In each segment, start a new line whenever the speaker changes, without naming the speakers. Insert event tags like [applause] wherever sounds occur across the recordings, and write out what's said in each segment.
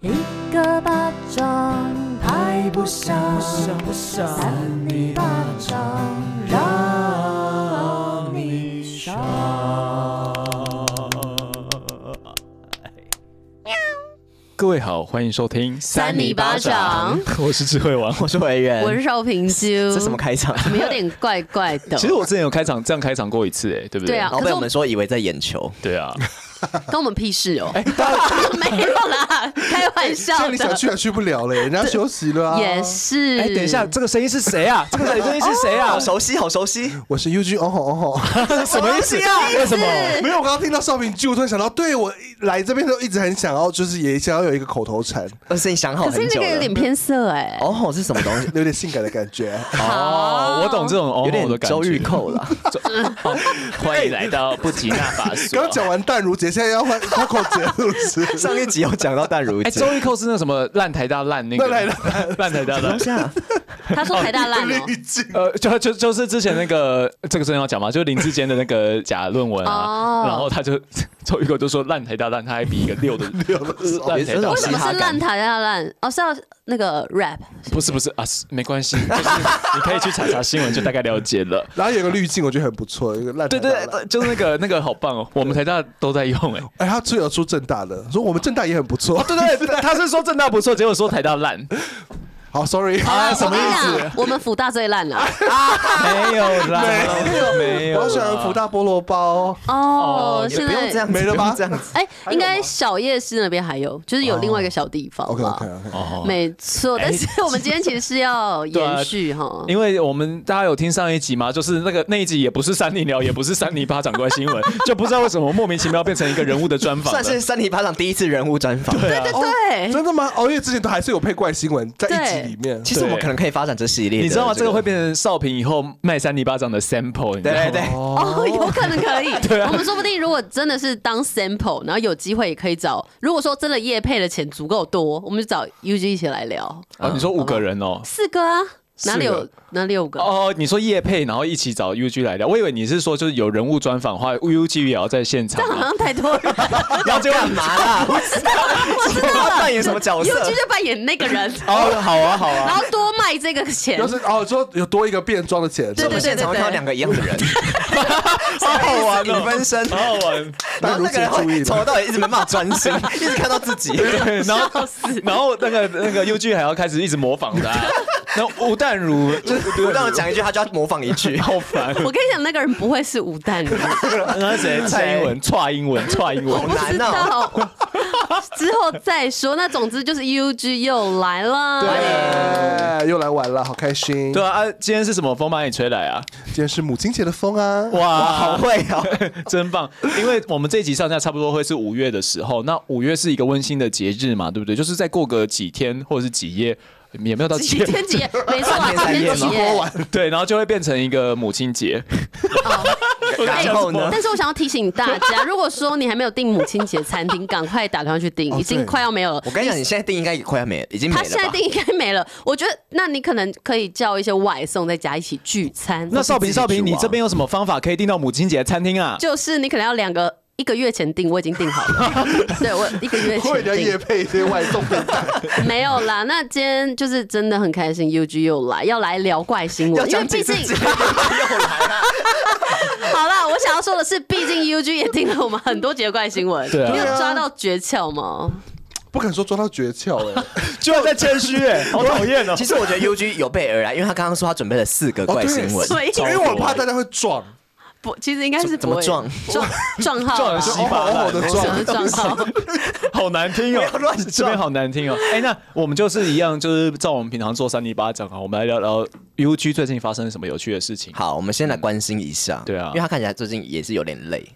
一个巴掌拍不响，
不想
扇你巴掌让你爽。
各位好，欢迎收听
扇你巴掌，
[laughs] 我是智慧王。
我是维人，
我是邵平修。
这什么开场？
我们有点怪怪
[laughs]
的。
其实我之前有开场这样开场过一次，哎，对不对？
对啊
然后被我们说以为在眼球，
对啊，
关我们屁事哦、 [laughs] 没有啦，开玩
现
笑
在你想
的。
去也去不了了耶，人家休息了啊。
也是。
哎，等一下，，这个声音是谁啊？这个声音是谁啊
好？熟悉，好熟悉。
我是 UG 哦吼哦吼，
什么意思？为什么？
没有，我刚刚听到少平就突然想到，对我一来这边都一直很想要，就是也想要有一个口头禅，
而呃是你想好
可
很久
是
了。
那个有点偏色哎、
哦吼是什么东西？
有点性感的感觉。
哦，我懂这种哦
有
吼的
点
感
周玉
觉。
蔻啦。
好 [laughs] 欢迎来到不吉纳法术。
刚讲完淡如姐，现在要换 Coco 姐，是
[laughs]
不是？
[laughs] 上一集有讲到淡如
哎，
姐，
周玉蔻是那什么烂台大烂那个
烂
[laughs] 烂台大烂。
他说台大烂哦、
滤镜。
呃，就就就是之前那个这个真的要讲吗？就是林志坚的那个假论文啊
哦，
然后他就 [laughs] 周玉蔻就说烂台大烂，他还比一个六的六烂台大烂
为什
有这种
么
嘻哈
是
感
烂台大烂？哦，是要那个 rap
不是不是啊，是没关 [laughs] 系，就是你可以去查查新闻，就大概了解了。
然后有个滤镜，我觉得很不错，有个烂
对
台大
对
烂。
对， [laughs] 就是那个那个好棒哦，我们台大都在用哎。
哎，他只有出正大的，说我们正大也很不错。
哦对对，对他是说正大不错，结果说台大烂，
[laughs] 好，sorry，啊
哎我跟你讲，我们辅大最烂了。
[laughs] 没有啦，没有没
我喜欢福大菠萝包，
哦，
也
现
不用这
在
样子，
没了吧
不用这样子。
哎、应该小夜市那边还有，就是有另外一个小地方吧。
OK OK OK，
哦。
没错，但是我们今天其实是要
对啊
延续哈。
因为我们大家有听上一集吗？就是那个那一集也不是三尼聊，也不是三尼巴掌怪新闻， [laughs] 就不知道为什么莫名其妙变成一个人物的专访了
算。是三里巴掌第一次人物专访。
对啊，
对，
真的吗？熬夜之前都还是有配怪新闻在一集里面。
其实我们可能可以发展这系列的，
你知道吗？这个会
变。
变成少平以后卖三尼巴掌的 sample，你知道
对
吗
对对，
哦，有可能可以。我们说不定如果真的是当 sample，然后有机会也可以找。如果说真的业配的钱足够多，我们就找 UG 一起来聊。
哦，你说五个人哦。
四个啊，哪里
四
有哪里有五个？
哦，你说叶配，然后一起找 UG 来聊，我以为你是说就是有人物专访的话，UG 也要在现场啊
这样好像太多人，
[laughs] 要干嘛啦？ [laughs] 我知道，我知道扮演什么角色？
，UG 就扮演那个人，
哦，好啊，好啊，
然后多卖这个钱
要。是哦，说有多一个变装的钱，
对
我们现场会看到两个一样 [laughs] 的人，
好好
[laughs]
玩
影
哦，
分身，
好好玩。
然
但
后
如
那
此
个人
注
会
意
从
的
头到尾一直没办法专心， [laughs] 一直看到自
[laughs]
己。
对，然后
笑死
然后那个那个 UG 还要开始一直模仿他， [laughs] 那吴淡如就是
不断的讲一句，他就要模仿一句。
好烦。 [laughs]
我跟你讲，那个人不会是吴淡如，
那谁？蔡英文，蔡英文，蔡英文
好
不知
难哦
道。之后再说。那总之就是 UG 又来了。
啊哎，又来玩了，好开心。
对，啊，啊，今天是什么风把你吹来啊？
今天是母亲节的风啊，
哇，好
哇，
会哦！
[laughs]
[laughs]
真棒！因为我们这一集上架差不多会是五月的时候，那五月是一个温馨的节日嘛，对不对？就是再过个几天或者是几夜，也没有到几
几
夜，
天几夜，没错啊，几
三天
天
三夜
几
嘛
夜。
[laughs] 对，然后就会变成一个母亲节。
然后呢？
但是我想要提醒大家，如果说你还没有订母亲节餐厅，赶快打电话去订，
哦
已经快要没有了
我。跟你讲，你现在订应该也快要没，已经没
他
了
现在
吧？
订应该没了，我觉得那你可能可以叫一些外送，在家一起聚餐。
那少
自
平，
己煮啊
少平，你这边有什么方法可以订到母亲节餐厅啊？
就是你可能要两个一个月前订，我已经订好了。对我一个月
会
前
人家夜
订
配这些外送的，
没有啦。那今天就是真的很开心，UG 又来要来聊怪新闻，因为毕竟
自己 [laughs] 又来了，
好啦，我想要说的是，毕竟 UG 也订了我们很多节怪新闻，
对啊
你有抓到诀窍吗？
不肯说抓到诀窍哎。
居然在谦虚哎， [laughs] 好讨厌
[laughs]
哦
其实我觉得 U G 有备而来，因为他刚刚说他准备了四个怪新闻
哦，
所以
因为我怕大家会撞，
不，其实应该是
怎么
不会
撞
撞 [laughs] 撞号啊
撞
啦
了
就
稀
偶
巴烂
好偶的撞
什么。 [laughs] 撞号？
好难听哦
不要乱，撞
这边好难听哦。哎，那我们就是一样，就是照我们平常做三尼巴掌啊，我们来聊聊 UG 最近发生什么有趣的事情。
好，我们先来关心一下，
对啊
因为他看起来最近也是有点累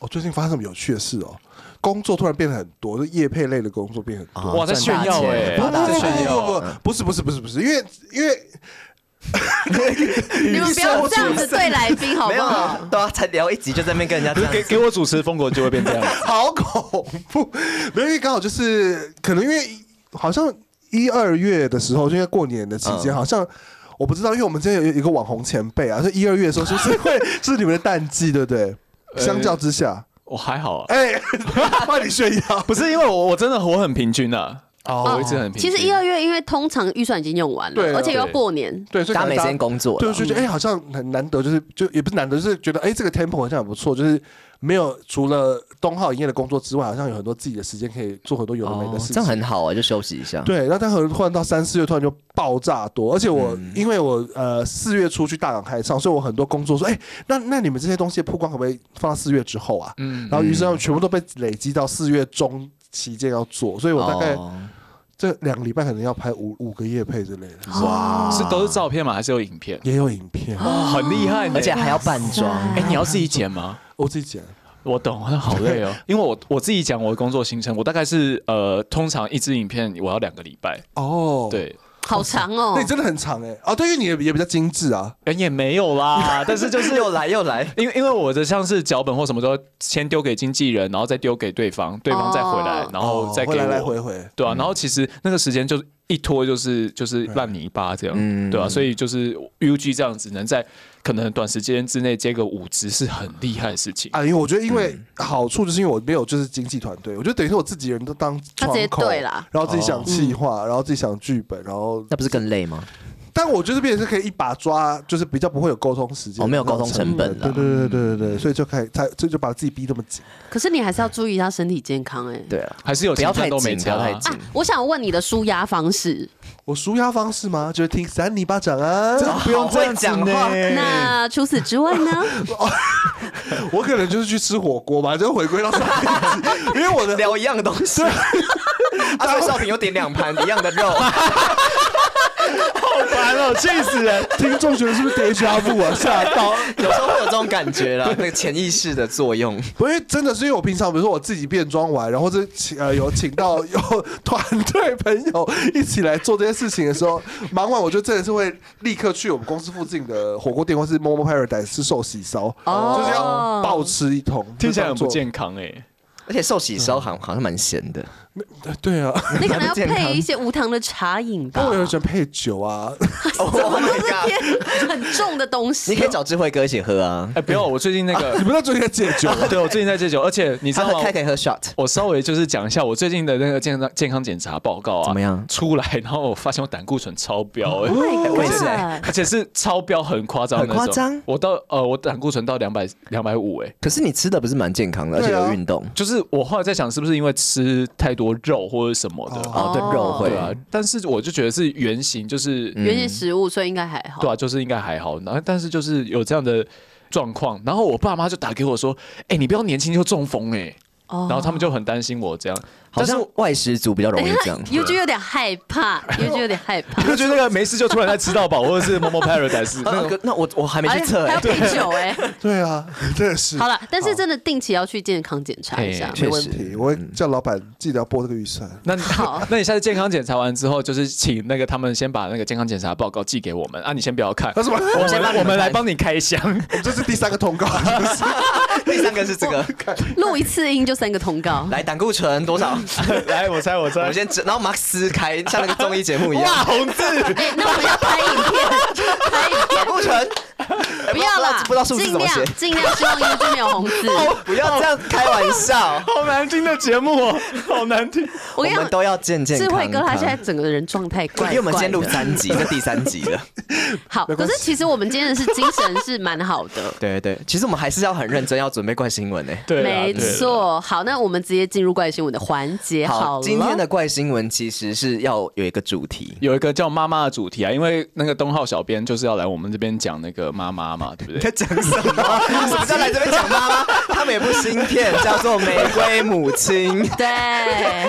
我最近发生什么有趣的事哦？工作突然变得很多，就业配类的工作变很多。
哦
哇在炫耀欸
赚大钱
不不不不，不是不是不是不是，因为因为
你们不要这样子对来宾好
没
不
有
好？
啊，对啊，才聊一集就在那边跟人家
可是
这
给 [laughs]
样，
给我主持风格就会变这样。
好恐怖， [laughs] 没有，因为刚好就是可能因为好像一二月的时候，就因为过年的期间，
嗯
好像我不知道，因为我们之前有一个网红前辈啊，所以一二月的时候是不是会 [laughs] 是你们的淡季，对不对？
呃
相较之下，
[laughs]
哎
我还好啊，
[laughs] 哎，帮你炫耀，
不是因为我我真的我很平均啊。哦，我一直很平
其
均。
实一二月因为通常预算已经用完
对
了，
啊
而且又要过年，
对，所以
大家
可能
没时间
大家
工作
对，
了，
就觉得哎、好像很难得，就是就也不是难得，就是觉得哎、这个 tempo 好像很不错，就是没有除了东浩营业的工作之外，好像有很多自己的时间可以做很多有的没
哦
的事情，
这样很好啊，就休息一下。
对，那但可能突然到三四月，突然就爆炸多，而且我、因为我呃四月初去大港开唱，所以我很多工作说，哎、那那你们这些东西的曝光可不可以放到四月之后啊？
嗯
然后于是他们全部都被累积到四月中期间要做，所以我大概
哦
这两个礼拜可能要拍五五个夜配之类的，
哦
哇
是都是照片吗？还是有影片？
也有影片，
哇，很厉害呢，
而且还要扮装，
哎，你要自己剪吗？
我自己剪。
我懂，那好累哦。 [laughs] 因为我我自己讲我的工作行程，我大概是呃，通常一支影片我要两个礼拜，
哦，，
对，
好长
[laughs]
哦
那你。真的很长哎、哦，对，因为你也也比较精致啊，
人哎也没有啦，但是就是
又来又来，
因为因为我的像是脚本或什么都先丢给经纪人，然后再丢给对方，对方再回来，
哦
然后再
哦
给
会
我，
来来回回。
对啊，然后其实那个时间就一拖就是就是烂泥巴这样，
嗯
对啊，所以就是 UG 这样只能在可能短时间之内接个五支是很厉害的事情。
啊，因为我觉得，因为
嗯
好处就是因为我没有就是经纪团队，我觉得等于是我自己人都当
他直接
窗口，
对啦
然后自己想企划，然后自己想剧本，然后
[laughs] 哦那不是更累吗？
但我就是变成是可以一把抓，就是比较不会有沟通时间，
哦没有沟通成本啦嗯
对对对对对对，所以就开才这就把自己逼这么紧，
可是你还是要注意一下身体健康哎、
对啊，
还是有
不要
青春
太
都没
紧，不
加
要太紧
啊。，我想问你的舒压方式，
我舒压方式吗？就是听三泥巴掌啊，哦
不用 [laughs] 这样讲话，
那除此之外
[laughs]
呢？
我可能就是去吃火锅吧，就回归到上一集，
[laughs]
因为我的
聊一样的东西。 [laughs] 啊，所以少平有点两盘一样的肉，
[laughs] 烦哦，气死
[laughs]
人！
听众觉得是不是 deja vu 啊？吓到。
有时候会有这种感觉啦，那个潜意识的作用。
不因为真的是因为我平常比如说我自己变装完，然后这请呃有请到 [laughs] 有团队朋友一起来做这些事情的时候，忙完我就真的是会立刻去我们公司附近的火锅店或是 Momo Paradise 吃寿喜烧，
哦
就是要暴吃一通，
听起来很不
就这
健
样
康哎。
而且寿喜烧好好像蛮咸 [laughs] 的，
做。对啊，
你可能要
健康
配一些无糖的茶饮吧
[laughs]
但。
[laughs]
我有喜欢配酒啊，
Oh
都
my
是
god！
偏很重的东西。
你可以找智慧哥一起喝啊，
哎，不要，我最近那
[laughs] 你
个，
们那最近在戒酒啊？
[laughs] 对我最近在戒酒，而且你知
他
道
喝
吗
开？可以喝 shot。
我稍微就是讲一下我最近的那个健康健康检查报告啊，
怎么样
出来，然后我发现我胆固醇超标、哎
Oh my
我也是嗯
God
而且是超标，很夸张的那种，
很夸张
我到呃，我胆固醇到两百两百五，哎，
可是你吃的不是蛮健康的，而且
对啊
有运动
就是我后来在想，是不是因为吃太多肉或者什么的？
哦
哦，对，肉会嗯
对啊，但是我就觉得是原型，就是、
原型食物，所以应该还好。
对啊，就是应该还好。然后但是就是有这样的状况，然后我爸妈就打给我说：“哎、你不要年轻就中风哎、
哦
然后他们就很担心我这样，
好
但是
像外食族比较容易这样。
U G [laughs] 有点害怕，U G 有点害
[laughs]
怕。
就觉得那个没事就突然在吃到 [laughs] 饱，或者是 Momo Paradise
啊
那个
可那我我 [laughs] 还没
哎
去测
还
哎
要，配酒
[laughs]
哎、
对啊，真的是
好。了，但是真的定期要去健康检查一下
嘿。
没
确
问
实
题，我会
嗯
叫老板记得要拨这个预算。
那你
好
那你下次健康检查完之后，就是请那个他们先把那个健康检查报告寄给我们啊，你先不要看，
[laughs]
那什么？
我
先
们
帮你
我们
看
来帮你开箱。
我们这是第三个通告，就是
第三个是这个，
录一次音就三个通 [laughs] 告。
来胆固醇多少？
[laughs] 来，我猜我
我
猜
们，先指，然后马克撕开，像那个综艺节目一
哇，
样，
红字，
[laughs] 哎、那我们要拍影片，拍影
胆固醇。哎
不要啦，
不知道数字
尽
怎么写
量，尽量希望 U G 没有红
[laughs]
字。
不要这样开玩笑，
好难听的节目 [laughs] 哦，好难听。
我
我
跟你
们
讲，
都要健健
智
康康。
慧哥他现在整个人状态怪怪的。
因为我们今天录三集，这第三集了。
好，
没
可
关系
是其实我们今天的是精神是蛮好
[laughs]
的。
[laughs] 对对，其实我们还是要很认真，要准备怪新闻呢。欸
对啦，啊
没
对啦，
错，好，那我们直接进入怪新闻的环节好了。
今天的怪新闻其实是要有一个
[laughs]
主题， [laughs]
有一个叫妈妈的主题啊，因为那个东浩小编就是要来我们这边讲那个妈妈嘛，对不
你
对？
在讲什么？什么叫来这边讲妈妈？他们也不芯片，叫做玫瑰母亲。
对，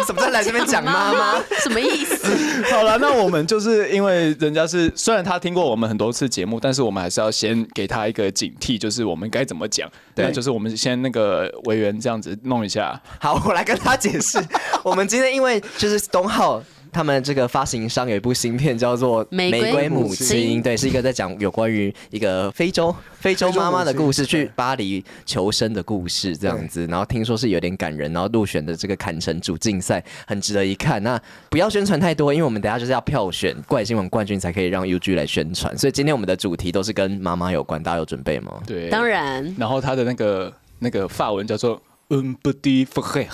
[laughs] 什么叫来这边讲妈妈？
[laughs] 什么意思？
[laughs] 好了，那我们就是因为人家是虽然他听过我们很多次节目，但是我们还是要先给他一个警惕，就是我们该怎么讲。
对
那就是我们先那个委员这样子弄一下。
好，我来跟他解
[laughs]
释。我们今天因为就是东浩。他们这个发行商有一部新片叫做《
玫瑰
母
母亲
对，是一个在讲有关于一个非洲非洲妈妈的故事，
非洲母亲
去巴黎求生的故事这样子。然后听说是有点感人，然后入选的这个坎城主竞赛很值得一看。那不要宣传太多，因为我们等一下就是要票选怪新闻冠军才可以让 UG 来宣传。所以今天我们的主题都是跟妈妈有关，大家有准备吗？
对，
当然，
然后他的那个那个发文叫做 “un b e d i f r e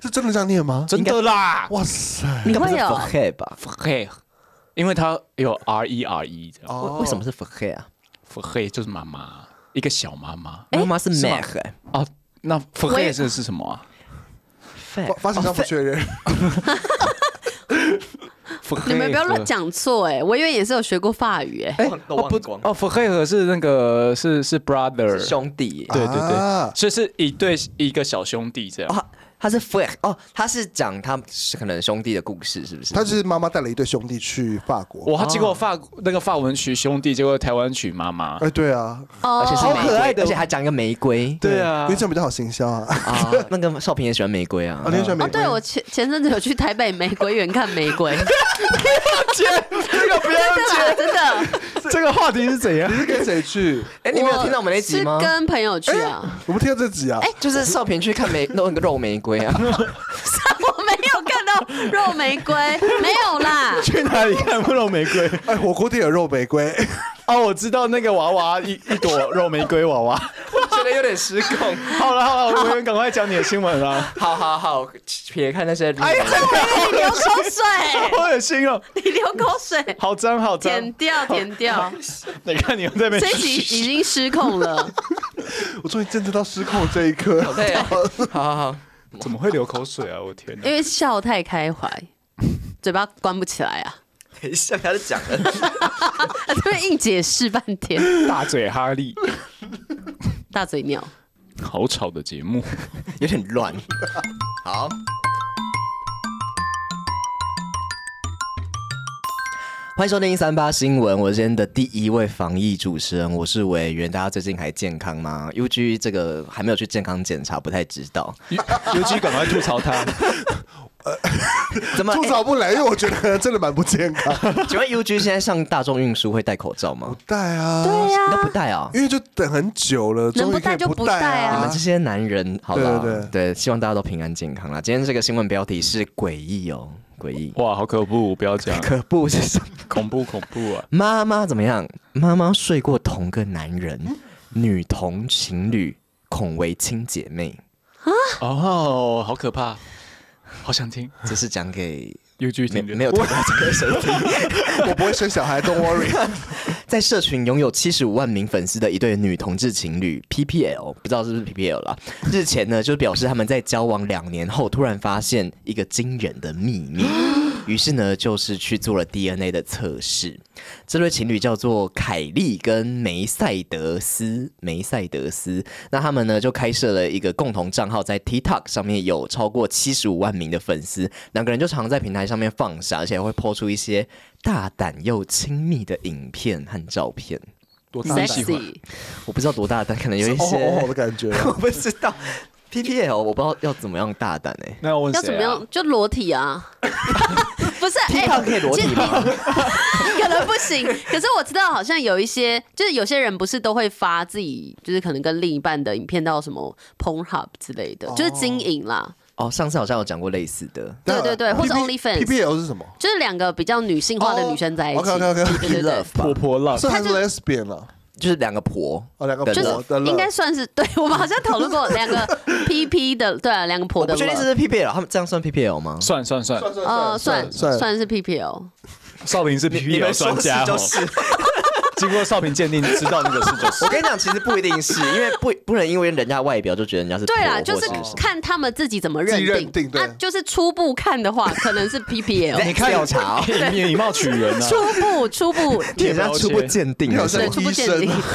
是真的这样念吗？
[laughs] 真的啦
哇塞！
你
应该不是
会有
f h e 吧？
，Fhe，因为它有 R E R E 这样
哦
为为什么是 f h e 啊？
，Fhe 就是妈妈，一个小妈妈
妈妈是
是
m
吗
a c
哦。那 Fhe
喂
是是什么啊
发发行商不确认？
？Fhe
[laughs] 你们不要乱
是
讲错哎，我以为也是有学过法语哎。
哎
哦不哦，Fhe 是那个是是 brother
兄弟
对对
啊
对，所以是一对一个小兄弟这样。
哦，他是 f h e 哦，他是讲他是可能兄弟的故事，是不是？
他就是妈妈带了一对兄弟去法国。
哇，他经过法那个法文曲兄弟，结果台湾曲妈妈。
哎，对啊，
而
哦
且是
好
玫
可爱
瑰，
的
而且还讲一个玫瑰
对啊
因为这样比较好行销啊。
啊。那个少平也喜欢玫瑰啊
啊，， [laughs] 你喜欢玫
哦，
瑰？
对，我前前阵子有去台北玫瑰园看玫 [laughs] 瑰，
姐，这个不要
真的真的
这个话题是怎样
啊
你？是跟谁去？
哎，你没有听到我们那集
是
吗？哎
跟朋友去啊，
我们听到这集啊，
就是少平去看玫弄个肉玫瑰
[laughs]
啊， [laughs]
我没有看到肉玫瑰，没有啦，
[laughs] 去哪里看不到玫瑰？
哎，火锅店有肉玫瑰，
[laughs]
[laughs]
哦，我知道那个娃娃一一朵肉玫瑰娃娃。 [laughs]
觉得有点失控。
好了好了，我们赶快讲你的新闻啊啦。
好好好，撇开那些，哎
[laughs] 哎呀，
你流口水，
好恶心哦，
你流口水，
好脏好脏。
舔掉舔掉，
你看你们在那边
这一集已经失控 [laughs] 了，
我终于见证到失控这一刻。
对，好好好，
怎么会流口水啊？我天哪
因！为笑太开怀，嘴巴关不起来啊，
等一下，他就讲了，
啊这边硬解释半天，
大嘴哈利，
大嘴鸟。
好吵的节 [laughs] 目。
有点 [laughs] 乱。好。欢迎收听三八新闻，我是今天的第一位防疫主持人，我是委员。大家最近还健康吗？U G 这个还没有去健康检查，不太知道
尤其赶快吐槽他。
怎么。
[laughs] 吐槽不来，因为我觉得真的蛮不
[laughs]
健康。
哎请问 U G 现在上大众运输会戴口罩吗？
戴啊，
你都不戴啊？
因为就等很久了，
能
终
不
于可
戴
以
就不
戴
戴啊
你们这些男人，好了，
对对
希望大家都平安健康啦。今天这个新闻标题是诡异哦，诡异，
哇，好可怖！不要 [laughs] 讲，
可不是什么？
恐怖恐怖啊！
妈妈怎么样？妈妈睡过同个男人，女同情侣，恐为亲姐妹。
哦，好可怕，好想听。
这是讲给
有剧
没
情
没有听过这个谁听？
啊
我不会生小孩，Don't
[laughs]
worry。
在社群拥有七十五万名粉丝的一对女同志情侣 PPL，不知道是不是 PPL 啦。日前呢，就表示他们在交往两年后，突然发现一个惊人的秘密，于是呢，就是去做了 DNA 的测试。这对情侣叫做凯利跟梅赛德斯，梅赛德斯。那他们呢就开设了一个共同账号，在 TikTok 上面有超过七十五万名的粉丝，两个人就常在平台上面放闪，而且会抛出一些大胆又亲密的影片和照片。
多大胆
sexy，
我不知道多大胆，可能有一
哦
些，
哦哦的感觉。
[laughs] 我不知道。PPL 我不知道要怎么样大胆哎、
那要问谁、
要
啊？
怎么样？就裸体啊？ [laughs] 不
[laughs]
是，哎、
TikTok 可以裸体吗？
[laughs] 可能不行。可是我知道，好像有一些，就是有些人不是都会发自己，就是可能跟另一半的影片到什么 Pornhub 之类的，就是经营啦。
哦，上次好像有讲过类似的。
[laughs] 对对对，或者 OnlyFans，
PPL 是什么？
就是两个比较女性化的女生在一起。
OK，OK，OK
对对对
哦 Love
婆
吧，
婆浪
这还是 lesbian 了，
就是两个婆，
哦，两个
对
呃就
婆的
是应该
love，
算是对我们好像讨论过两个 [laughs] PP 的，对啊，两个婆
我
的
不确定
love
这是 PPL，他们这样算 PPL 吗？
算算算，
算
呃，
算
算
算
算是 PPL，
少平是 PPL 专家哦
就。 [laughs] 是。
经过少平鉴定，知道那个是就是
我。跟你讲，其实不一定是因为不不能因为人家外表就觉得人家是
对
婆
啦，
或
就是
什么
看他们自己怎么认
自己认定对
啊，就是初步看的话，可能是 PPL。
[laughs] [laughs] 你看调查哦，
以以貌取人啊！
初步初步，
人家初步鉴定
你好
了
像
对，
是吗
初步鉴
医
定
生。啊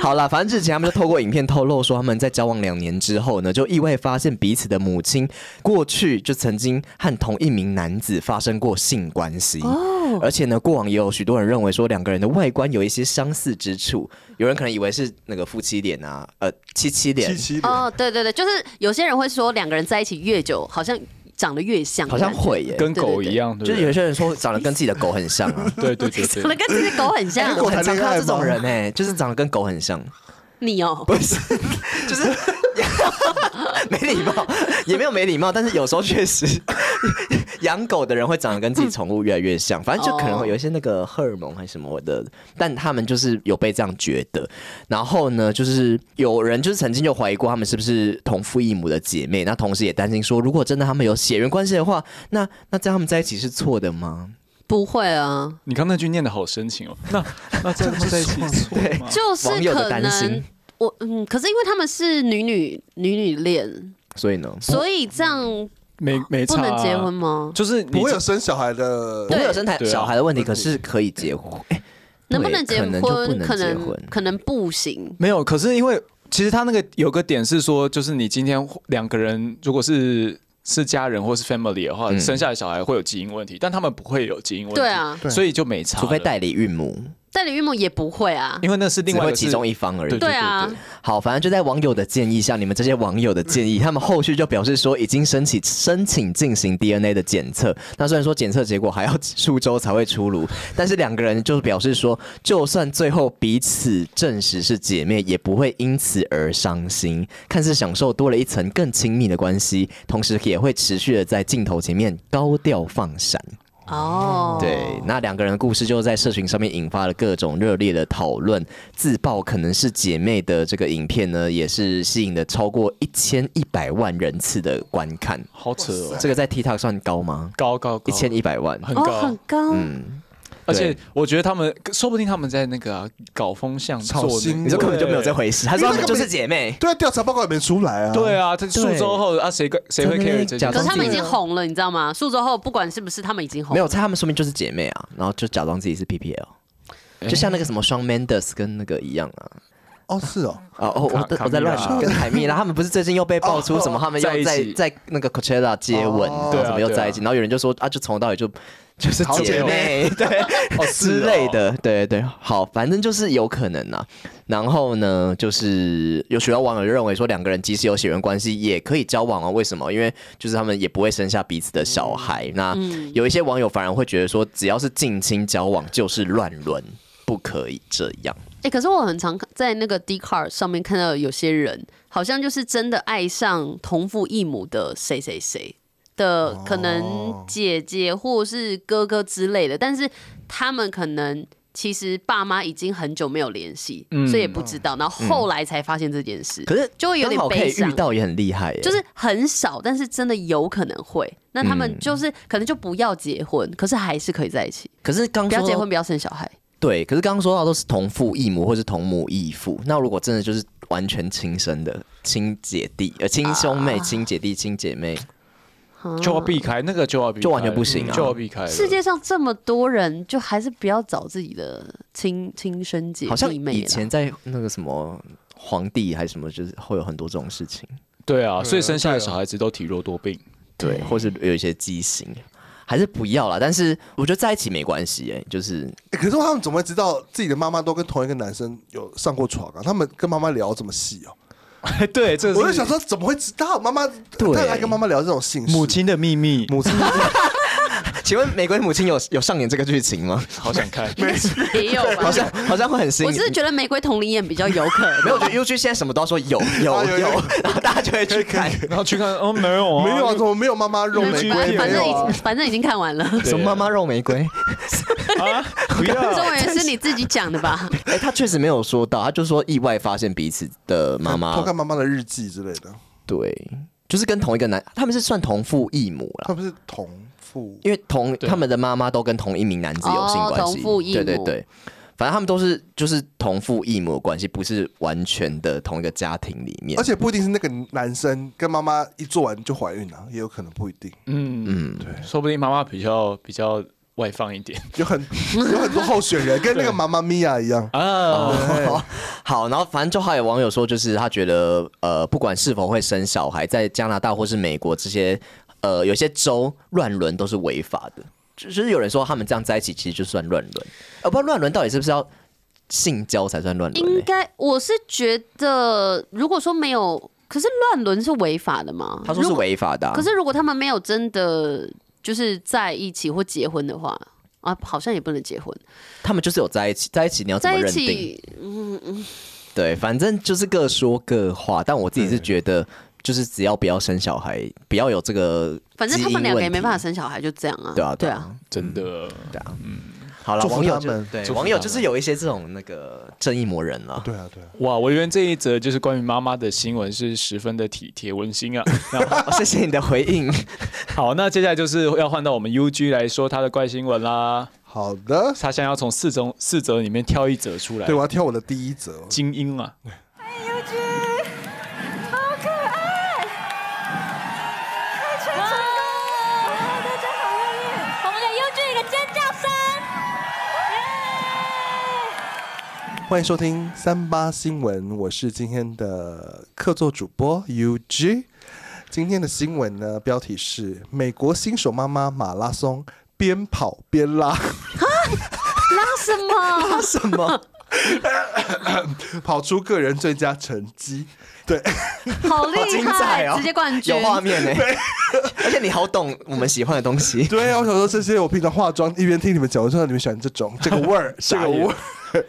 好啦，反正之前他们就透过影片透露说，他们在交往两年之后呢，就意外发现彼此的母亲过去就曾经和同一名男子发生过性关系。
哦，
而且呢，过往也有许多人认为说两个人的外观有一些相似之处，有人可能以为是那个夫妻脸啊，呃，七七脸
七，七的，
哦，对对对，就是有些人会说两个人在一起越久，好像长得越像，
好像会耶，
跟狗一样，
就是有
对
些人说长得跟自己的狗很像啊，
不对对对对
长
对，
得 [laughs] 跟这只狗很
[laughs]
像啊
哎。狗
我很常看到这种
谈恋爱吗
人哎、就是长得跟狗很像，
你哦，
不是，就是没礼貌，也没有没礼貌，但是有时候确实养狗的人会长得跟自己宠物越来越像，反正就可能
哦
会有一些那个荷尔蒙还是什么的，但他们就是有被这样觉得。然后呢，就是有人就是曾经就怀疑过他们是不是同父异母的姐妹，那同时也担心说，如果真的他们有血缘关系的话，那那这样他们在一起是错的吗？
不会啊，
你刚那句念的好深情哦。那那这样在一起错吗？
就是
网友的
可
担心
能我嗯，可是因为他们是女女女女恋，
所以呢，
所以这样
没没
不
差啊
能结婚吗？
就是
不
你
会有生小孩的
不。会有生态
对啊
小孩的问题，可是可以结婚。哎
能不
对
能结
可
婚？
就不
可
能结婚
能可能不行。
没有，可是因为其实他那个有个点是说，就是你今天两个人如果是是家人或是 family 的话，
嗯
生下的小孩会有基因问题，但他们不会有基因问题，
对，啊，
对
所以就没差了，
除非代理孕母，
代理孕母也不会啊。
因为那是
只
另外
会
一
其中
一
一方而已
对。
对啊，
好，反正就在网友的建议下，你们这些网友的建议，他们后续就表示说已经申请申请进行 DNA 的检测。那虽然说检测结果还要数周才会出炉，但是两个人就是表示说，就算最后彼此证实是姐妹，也不会因此而伤心，看似享受多了一层更亲密的关系，同时也会持续的在镜头前面高调放闪。
哦，
对，那两个人的故事就在社群上面引发了各种热烈的讨论。自曝可能是姐妹的这个影片呢，也是吸引了超过一千一百万人次的观看。
好扯哦，
这个在 TikTok 算高吗？
高高
一
高
千一百万，
很
哦，
高
很，高，
嗯
而且我觉得他们说不定他们在那个啊搞风向
炒
做
新闻
你
这
说根本就
欸
没有这回事，他说他们就是姐妹。
对啊，调查报告也没出来啊。
对，啊，这数周后啊，谁跟谁会
真的
care 这
假
件
可
装
事？
是他们已经
自己
红了，你知道吗？数周后不管是不是，他们已经红。
没有，他们说明就是姐妹啊，然后就假装自己是 PPL，
哎
就像那个什么双 Mendes 跟那个一样啊。
哦是哦，
哦，我我
卡
我在乱
卡米
说，
拉哦
跟凯蜜拉他们不是最近又被爆出什么，他们
在
又
一
在
起
在那个 Coachella 接吻，
哦
然后
对啊
怎么又在一起，
对啊
然后有人就说啊，就从头到尾就就是
好
姐
姐
[laughs]
妹对
哦
之
是哦
类的，对对，好，反正就是有可能啊。然后呢，就是有许多网友认为说，两个人即使有血缘关系也可以交往啊？为什么？因为就是他们也不会生下彼此的小孩。那
嗯
有一些网友反而会觉得说，只要是近亲交往就是乱伦，不可以这样。
哎、可是我很常看在那个 d c a r 上面看到有些人，好像就是真的爱上同父异母的谁谁谁的，
哦
可能姐姐或是哥哥之类的，但是他们可能其实爸妈已经很久没有联系，所以也不知道，然后后来才发现这件事，
嗯可是
就会有点
刚好可
悲
以
伤
遇。到也很厉害耶，
就是很少，但是真的有可能会。那他们就是、可能就不要结婚，可是还是可以在一起。
可是刚
不要
说
结
到
婚，不要生小孩。
对，可是刚刚说到都是同父异母或是同母异父，那如果真的就是完全亲生的亲姐弟、呃亲兄
啊
妹、亲姐弟、亲姐妹，
就要避开那个就要避开，
就完全不行啊
嗯就要避开了。
世界上这么多人，就还是不要找自己的亲亲生姐
好像
弟妹
以
啦
前在那个什么皇帝还是什么，就是会有很多这种事情，
对啊，所以生下的小孩子都体弱多
[laughs]
病。
对，或是有一些畸形，还是不要啦。但是我觉得在一起没关系，哎，就是
欸可是他们怎么会知道自己的妈妈都跟同一个男生有上过床啊？他们跟妈妈聊这么细哦，
对，这
我就想说怎么会知道妈妈？
对
他还跟妈妈聊这种性事
母亲的秘密，
母亲
请问《玫瑰母亲有》 [laughs] 有上演这个剧情
[laughs]
吗？
好想 [laughs] 看。
没有吧？
[laughs] 好像好像会很新
我
颖。
只是觉得玫瑰同龄眼比较有可
[laughs]
能。
没有，我觉得 UG 现在什么都要说有
[laughs]
啊
有
有有
有，然后大家就会去看。
然后去看，哦，没有啊，
[laughs] 没有啊，怎么没有妈妈肉
反
玫
正反
瑰？没
正已
有
经
[laughs]
啊，
反正已经看完了。
对
什么妈妈肉玫
[laughs]
瑰？
啊，不
中
[laughs]
要。
文也是你自己讲的吧？
哎、他确实没有说到，他就说意外发现彼此的妈
偷
妈，
看妈妈的日记之类的，
对，就是跟同一个男，他们是算同父异母啦，
嗯
他们是同父。
因为同
对
他们的妈妈都跟同一名男子有性
哦
关系，
同父异
对对
母
对，反正他们都是就是同父异母的关系，不是完全的同一个家庭里面
而。且不一定是那个男生跟妈妈一做完就怀孕了、也有可能不一定，
嗯嗯，说不定妈妈比较比较外放一点
有很有很多候选人跟那个妈妈咪呀一样，
啊。
[laughs] 哦，好，然后反正就还有网友说，就是他觉得呃，不管是否会生小孩，在加拿大或是美国这些呃有些州乱伦都是违法的，就就是有人说他们这样在一起其实就算乱伦，呃，不知道乱伦到底是不是要性交才算乱伦、
应
欸？
该我是觉得，如果说没有，可是乱伦是违法的吗？
他说是
如果
违法的、啊，
可是如果他们没有真的就是在一起或结婚的话，啊，好像也不能结婚。
他们就是有在一起，在一起你要怎
在嗯
么
一
认定？
起，
对，反正就是各说各话，但我自己是觉得，就是只要不要生小孩，不要有这个，
反正他们两个也没办法。生小孩，就这样啊。
对啊，
对
对
啊
啊，，
真的，
对啊，嗯。好了，
祝福
网友
他
就
们
对
祝福
网友
他
就是
们
有一些这种那个正义魔人了。
对啊，对啊，
哇！我觉得这一则就是关于妈妈的新闻是十分的体贴温馨 [laughs] 啊。那
[laughs] 哦谢谢你的回应。
好，那接下来就是要换到我们 UG 来说他的怪新闻啦。
好的，
他现在要从四中四则里面挑一则出来，
对，我要挑我的第一则。
精英啊，
哇！大家好热烈，我们给 UG 一个尖叫声！
欢迎收听三八新闻，我是今天的客座主播 UG。今天的新闻呢，标题是“美国新手妈妈马拉松边跑边拉”， [laughs]
那啊什么？
什么？
跑出个人最佳成绩。对，
好
好
厉
精彩
害，啊
哦！
直接冠军
有。画面呢、 [laughs] 而且你好懂我们喜欢的东西。
对啊，我想说这些，我平常化妆一边听你们讲，我就知道你们喜欢这种这 [laughs] 个味儿，这
傻
个
眼
味儿。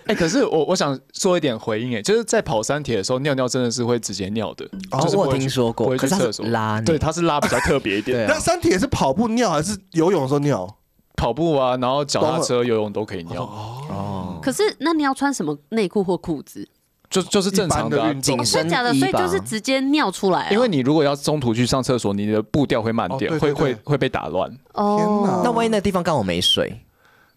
哎、可是我我想做一点回应、哎，就是在跑山铁的时候，尿尿真的是会直接尿的，
哦
就是不会
我有
去
听说过
不会去
可是它是
厕所
拉呢
对，它是拉比较特别一点，
对啊
那三铁是跑步尿还是游泳的时候尿？
跑步啊，然后脚踏车、游泳都可以尿，
哦，
可是，那你要穿什么内裤或裤子？
就就是正常的、
一般的
啊
运。动
紧
真
身
假的？
衣
所以
吧
就是直接尿出来啊。
因为你如果要中途去上厕所，你的步调会慢点，
哦对对
会会
对
会被打乱。
天
哦
哪，
那万一那地方刚好没水，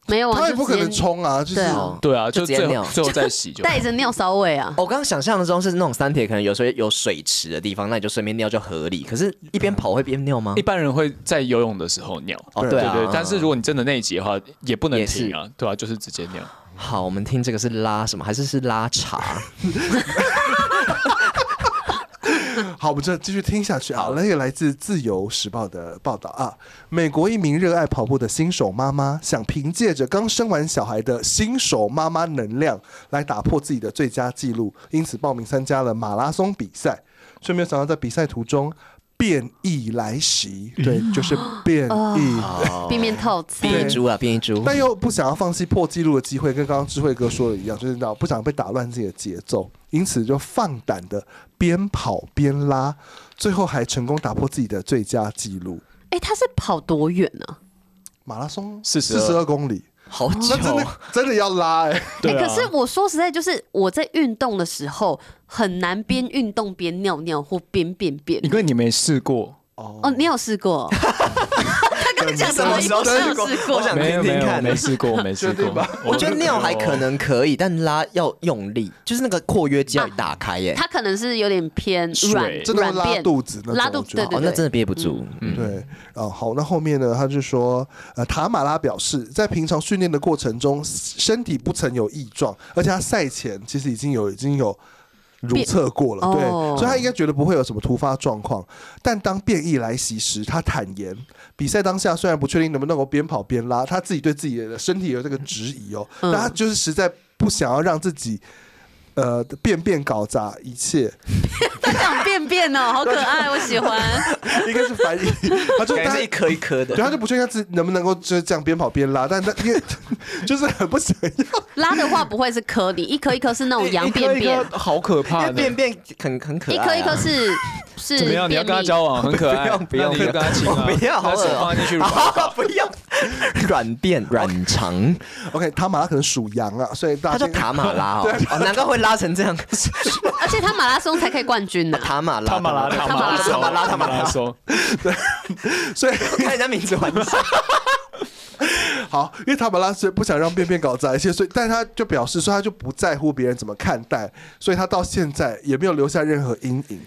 没有啊，
他也
就
不可能
直接
冲啊，就是
对啊
对啊，就
就直接
最
尿
后最后再洗就好。
带着尿骚味啊。
我刚刚想象的中是那种三铁，可能有时候有水池的地方，那你就顺便尿就合理。可是，一边跑会边尿吗
一？般人会在游泳的时候尿，
哦，
对
啊，
对，但是如果你真的内急的话，也不能
也是
停啊，对啊，就是直接尿。
好，我们听这个是拉什么，还是是拉茶？
好，我们就继续听下去啊。那个来自《自由时报》的报道啊，美国一名热爱跑步的新手妈妈，想凭借着刚生完小孩的新手妈妈能量，来打破自己的最佳纪录，因此报名参加了马拉松比赛，却没有想到在比赛途中变异来袭，对，就是变异。
避免套餐。
变一株啊，变一株。
但又不想要放弃破纪录的机会，跟刚刚智慧哥说的一样，就是你知道不想被打乱自己的节奏，因此就放胆的边跑边拉，最后还成功打破自己的最佳纪录，
哎、他是跑多远呢、啊？
马拉松
42
十二公里，
好久啊
那，真的真的要
[laughs]
拉哎、
对啊
可是我说实在，就是我在运动的时候很难边运动边尿尿或边便便。
因为你没试过，
哦，你有试
[laughs]
过？他刚刚讲什么？
什么时候
有
试过
试
我想
没有
听
没
听
有
看
没试过，没试
确定
过
吧。
我
哦
觉得尿还可能可以，但拉要用力，就是那个括约肌要打开耶。
他可能是有点偏
水
软
真的会
软
拉
便，
肚子那种
拉肚
我
子，
觉得
对
哦
对，
那
对，
真的憋不住。嗯，
对，哦，好，那后面呢？他就说，呃，塔马拉表示，在平常训练的过程中，身体不曾有异状，而且他赛前其实已经有已经有如
变
测过了，对，
哦
所以他应该觉得不会有什么突发状况。但当变异来袭时，他坦言，比赛当下虽然不确定能不能够边跑边拉，他自己对自己的身体有这个质疑哦，
嗯
但他就是实在不想要让自己。呃，便便搞砸一切，
他讲便便
[laughs]
哦，好可爱，我喜欢。
应该是翻译，他就
嗯 [laughs] 感觉
他
是一颗一颗的
[laughs] 对，。他啊就不确定他自己能不能够就是这样边跑边拉，但他
[laughs]
因为就是很不想要，
拉的话不会是颗粒，一颗一颗是那种羊便便，
好可啊
因
怕
为便便很很可爱
一
啊。
颗一颗是是
怎么样？你要
便
跟他
秘。
交往，很可爱。
不用不用
那你就跟他亲啊！
不要好
把手
恶
放进去乳房
[laughs] 啊，不
[laughs]
要软便软肠，
OK，他马拉可能属羊啊，所以大
他
家
叫塔马
[laughs]
拉哦，哦难怪会拉成这样。
而且他马拉松才可以冠军呢、
塔马拉，
[laughs] 他马拉，
塔
马拉
塔马拉，塔
他
马
马
拉
拉，松。
所以
开人家名字玩
[laughs]
笑。
好，因为塔马拉是不想让便便搞砸一切，所以但他就表示说他就不在乎别人怎么看待，所以他到现在也没有留下任何阴影。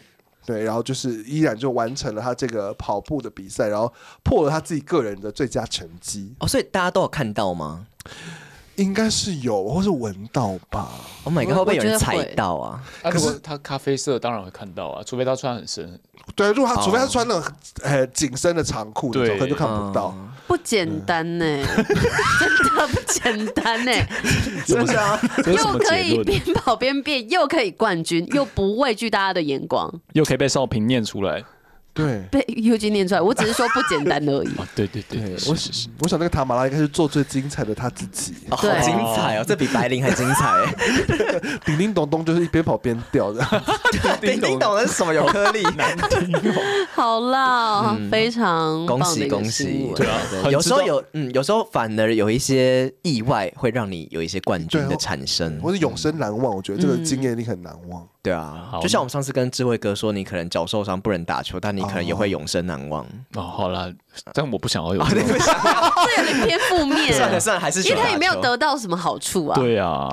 对，然后就是依然就完成了他这个跑步的比赛，然后破了他自己个人的最佳成绩，
哦，所以大家都有看到吗
应该是有或是闻到吧。
？Oh my god，
我
会不会有人
我觉得
踩
会
到啊？
啊如果他咖啡色，当然会看到啊，除非他穿很 [laughs] 深。
对，如果他除
哦
非他穿那种很紧身的长裤那种，
对
可能就看不到。
嗯
不简
[laughs]
单呢、真的不简单呢、
真的啊，
这是什 [laughs]
又
么
可
结
以边
论？
跑边变，又可以冠军，又不畏惧大家的眼光。
[laughs] 又可以被少平念出来，
对。
被 U G 念出来，我只是说不简单而已。
啊，对对对
对，
我
我
是是。
我想那个塔马拉应该是做最精彩的他自己，
哦好
对
精彩哦，这比白灵还精彩。
叮叮咚咚就是一边跑边掉的。
[laughs]
叮叮咚的是什么？有 [laughs] 颗粒，
[laughs] [laughs] 好啦，非常棒
恭
的
喜
一个
恭喜
新！闻
对啊很
有时候
知道
有嗯，有时候反而有一些意外会让你有一些冠军
哦
的产生，
我是永生难忘，我觉得这个经验一定很难忘。
对啊
好，
就像我们上次跟智慧哥说，你可能脚受伤不能打球，但你可能也会永生难
[laughs]
忘。
哦，好啦，但啊我不想要有这
对
种。
[laughs] 不想要
[laughs] 这有点偏负 [laughs] 面。
算了算了，还是
因为
选
他也没有
打球
得到什么好处啊。
[laughs] 对啊，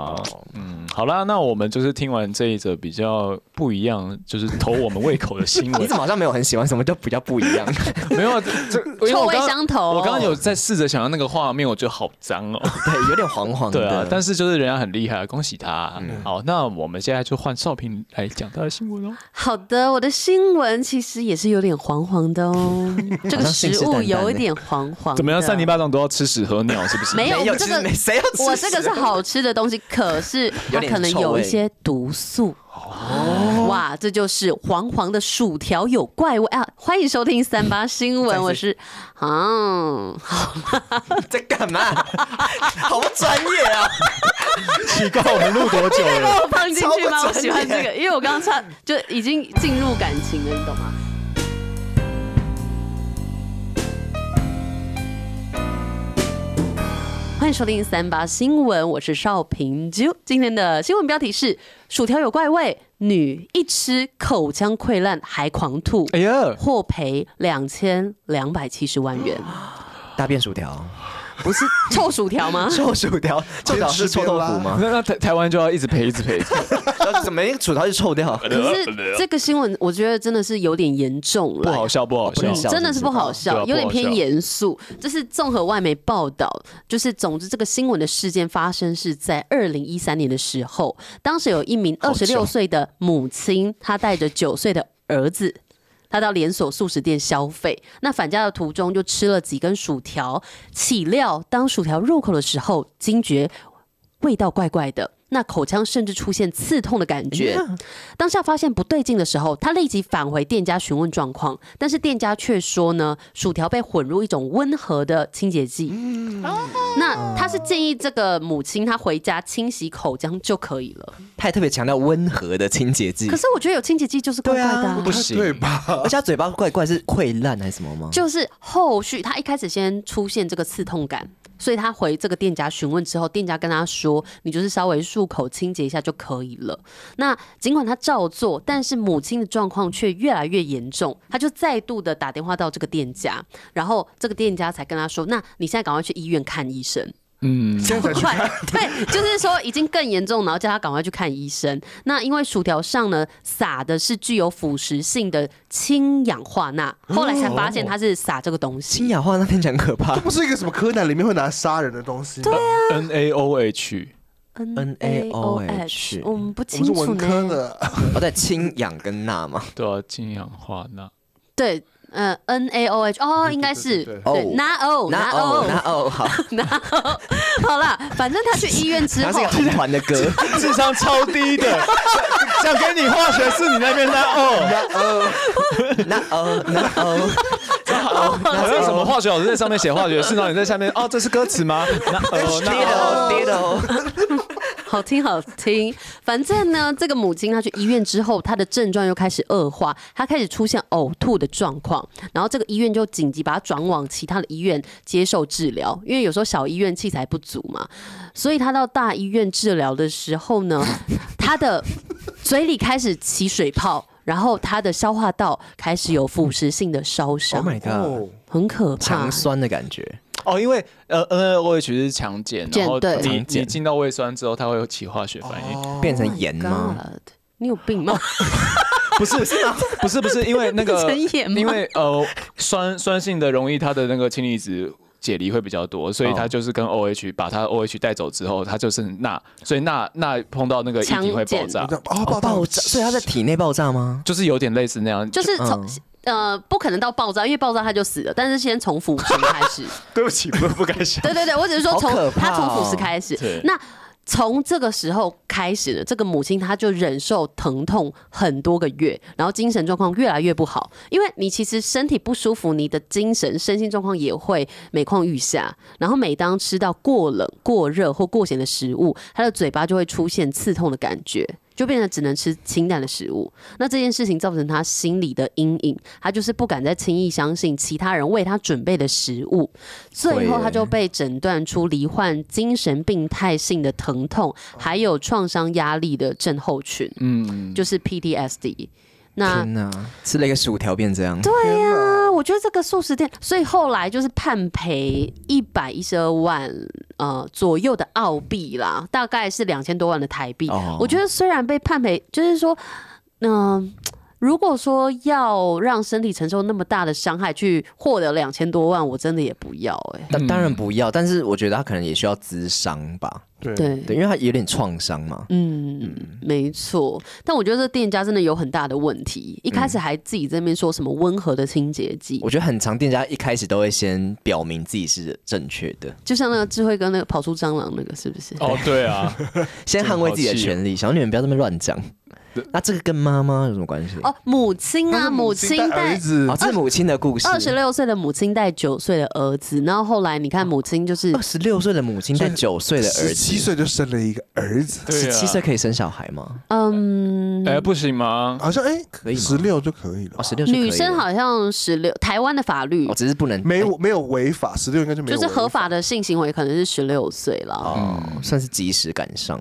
嗯，好啦，那我们就是听完这一则比较不一样，就是投我们胃口的新
[laughs]
你
闻
怎。么好像没有很喜欢？什么叫比较不一
[laughs]
样？
没有啊，这因
[laughs]
为
臭
我
味
刚
相投。
我刚刚有在试着想要那个画面，我觉得好脏哦。嗯
对，有点黄黄的。
[laughs] 对啊，但是就是人家很厉害，啊恭喜他。好，那我们现在就换少平来讲他的新闻哦。
好的，我的新闻其实也是有点黄黄的 [laughs] 哦，这个食物有一点黄黄的。
怎么样？三零
八？
八掌都要吃屎喝尿是不是？
没有
没
我
有
们
吃
这，个
没谁要吃？啊
我这个是好吃的东西，可是它
有点
可能
臭
有
味哦
一些毒素。哇，这就是黄黄的薯条有怪味啊！欢迎收听三八新
[laughs]
闻，
再次
我是啊，
[laughs] 在干
[laughs]
嘛？好不专业啊！
[laughs] 奇怪，我们录多久
可以把
了？
我放进去吗？
超
我
不专业
喜欢这个，因为我刚刚差就已经进入感情了，你懂吗？欢迎收听三八新闻，我是邵平啾。今天的新闻标题是：薯条有怪味，女一吃口腔溃烂还狂吐，
哎呀，
获赔两千两百七十万元。
大便薯条，
不是臭薯条吗？
[laughs] 臭薯条，臭条是臭豆腐吗？ [laughs]
那那台台湾就要一直赔，一直 [laughs] 赔。
然后怎么一个薯条就臭掉？
可是这个新闻，我觉得真的是有点严重了，
不好笑，不好
不
笑
能
嗯，
笑
真的是不好
对
笑，
啊
有点
不好笑
偏严肃。这是综合外媒报道，就是总之这个新闻的事件发生是在二零一三年的时候，当时有一名
好
二
久
十六岁的母亲，她带着九岁的儿子。她到连锁素食店消费，那返家的途中就吃了几根薯条，岂料当薯条入口的时候，惊觉味道怪怪的，那口腔甚至出现刺痛的感觉。当下发现不对劲的时候，他立即返回店家询问状况，但是店家却说呢，薯条被混入一种温和的清洁剂。那他是建议这个母亲她回家清洗口腔就可以了。
他还特别强调温和的清洁剂
可，是我觉得有清洁剂就是怪
对
怪的、
啊，
啊
不。行，
对吧？
而且他嘴巴怪怪，是溃烂还是什么吗？
就是后续他一开始先出现这个刺痛感，所以他回这个店家询问之后，店家跟他说，你就是稍微漱口清洁一下就可以了。那尽管他照做，但是母亲的状况却越来越严重，他就再度的打电话到这个店家，然后这个店家才跟他说，那你现在赶快去医院看医生。
嗯，
现在才去
快，对，就是说已经更严重，然后叫他赶快去看医生。那因为薯条上呢撒的是具有腐蚀性的氢氧化钠，
哦
后来才发现它是撒这个东西。
清雅化那天讲可怕
不是一个什么柯南里面会拿杀人的东西吗。
N A O H，
N A O H
我们不
嗯我们
清
是
楚
文科
呢。
的，
哦，在氢氧跟钠
[laughs]
嘛，
对啊，氢氧化钠。
对，呃，N A O H，哦，应该是
对对
对对
对，拿 O，拿
哦
O，
钠哦，好，
拿 O。好啦，反正他去医院 [laughs] 之
然后
后
是一个，韩团的歌，
[laughs] 智商超低的，
[laughs]
想给你化学是你那边拉哦，
钠哦钠哦，
[laughs] 好像什么化学老师在上面写化学式，然后你在下面哦，这是歌词吗？ [laughs] 那哦，
滴
那哦
哦滴哦。
好听好听。反正呢，这个母亲她去医院之后，她的症状又开始恶化，她开始出现呕吐的状况，然后这个医院就紧急把她转往其他的医院接受治疗，因为有时候小医院器材不足嘛，所以她到大医院治疗的时候呢，她的嘴里开始起水泡。然后她的消化道开始有腐蚀性的烧伤
Oh my
哦
god，
很可怕
强。酸的感觉，
哦，因为呃 N A O H 是强碱，然后
碱对
你
强碱
你进到胃酸之后，它会有起化学反
Oh
应，
变成盐吗？
God，你有病吗？
不
哦
是是吗？不是不是，因为那个
变成盐吗
因为呃酸酸性的容易它的那个氢离子。解离会比较多，所以它就是跟 O H 把它 O H 带走之后，它就是钠，所以钠钠碰到那个液体会爆
强
炸
我，讲哦，
哦，爆炸，所以它在体内爆炸吗？
就是有点类似那样，
就是
嗯
从、呃不可能到爆炸，因为爆炸他就死了，但是先从腐蚀开始。
[laughs] 对不起，不不该想。
[laughs] 对对对，我只是说
好
从
可怕
他
哦
从腐蚀开始
对。
那从这个时候开始呢，这个母亲她就忍受疼痛很多个月，然后精神状况越来越不好。因为你其实身体不舒服，你的精神、身心状况也会每况愈下。然后每当吃到过冷、过热或过咸的食物，她的嘴巴就会出现刺痛的感觉，就变成只能吃清淡的食物。那这件事情造成她心理的阴影，她就是不敢再轻易相信其他人为她准备的食物。最后，
会
她就
耶
被诊断出罹患精神病态性的疼
哦
痛，还有创伤压力的症候群，
嗯，
就是 PTSD。那
天哪，吃了一个薯条变这样，
对呀
啊，我觉得这个素食店，所以后来就是判赔一百一十二万呃左右的澳币啦，大概是两千多万的台币。
哦
我觉得虽然被判赔，就是说，嗯、如果说要让身体承受那么大的伤害去获得两千多万，我真的也不要哎、
当当然不要，但是我觉得他可能也需要咨商吧，
对
对
对，因为他有点创伤嘛。
嗯，没错。但我觉得这店家真的有很大的问题，一开始还自己在那边说什么温和的清洁剂，
我觉得很常店家一开始都会先表明自己是正确的，
就像那个智慧跟那个跑出蟑螂那个是不是？
哦，对 [laughs] 啊，
先捍卫自己的权
哦
利。想你们不要这么乱讲。那这个跟妈妈有什么关系？
哦，母亲
他
啊，
是母
亲
亲带
带
儿子
哦，，这是母亲的故事。
二十六岁的母亲带九岁的儿子，然后后来你看母亲就是
哦二十六岁的母亲带九岁的儿
十
子，
七岁就生了一个儿子，
对
十
啊，
七岁可以生小孩吗？
嗯。
哎，不行吗？
好像哎
可以，吗
十六就可以了
哦，。十六岁可以了
女
哦
生，好像十六，台湾的法律
我、只是不能
没有没有违法，十六应该就没有
就
违，
是合法的性行为可能是十六岁啦。
哦，算是及时赶上。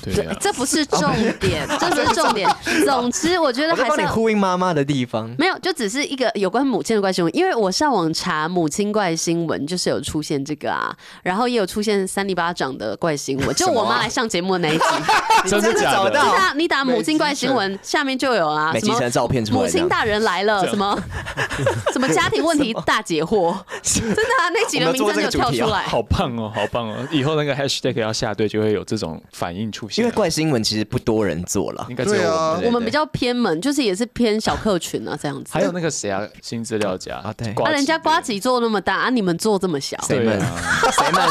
对啊，
这不是重
哦
点，这不是重点。总之，我觉得
我在
还
帮
是
你
要
呼应妈妈的地方。
没有，就只是一个有关母亲的怪新闻，因为我上网查母亲怪新闻，就是有出现这个啊，然后也有出现三里巴掌的怪新闻，就我妈来上节目的那一集，
真的假
找
的？
到
你打你打母亲怪新闻，下面就有啊，
美
什
琪
么
神的照片出
母
来这
亲
样，
大人来了，什么什么家庭问题大解惑，真的啊，那几个名称就跳出来。
好棒哦，好棒哦！以后那个 hashtag 要下对，就会有这种反应出现啊。
因为怪新闻其实不多人做了
[laughs]
应。该只有我们
对啊
我们比较偏门，就是也是偏小客群啊，这样子。
还有那个谁啊，新资料夹
啊对
瓜
啊，
子
人家瓜子做那么大，啊，你们做这么小，
谁们
对啊
谁们？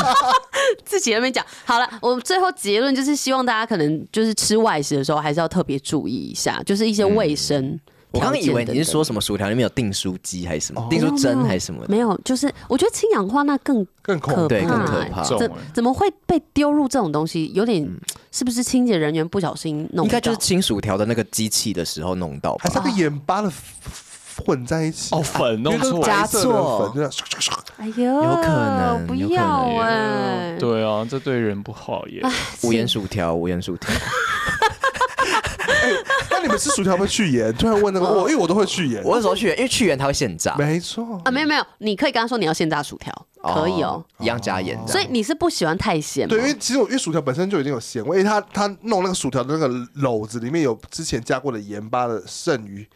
自己在那边讲。好了，我最后结论就是希望大家可能就是吃外食的时候，还是要特别注意一下，就是一些卫生
[laughs] 我
条件等等。
刚刚以为你是说什么薯条里面有订书机还是什么订
没有
书针还是什么的？
哦没有，就是我觉得氢氧化钠更
更恐
可怕、
怖。
对更可
欸
怕嗯
重
怎
欸
怎么会被丢入这种东西？有点、是不是清洁人员不小心弄到？
应该就是清薯条的那个机器的时候弄到吧
还是？
啊
那个盐巴的混在一起
哦，粉弄
因为
错
都是白色的
加错
粉，就这样
哎呦，有
有可能
不
有可能
要
耶
哎、
对啊，这对人不好耶。
无盐薯条，无盐薯
[laughs]
条。
那你们吃薯条会不会去盐？突然问那个哦我，因为我都会去盐。
我那时候去，因为去盐它会现炸，
没错
啊，，没有没有，你可以跟他说你要现炸薯条，可以哦。，
一样加盐。
所以你是不喜欢太咸吗
对，？因为其实我因为薯条本身就已经有咸味，因为它它弄那个薯条的那个篓子里面有之前加过的盐巴的剩余，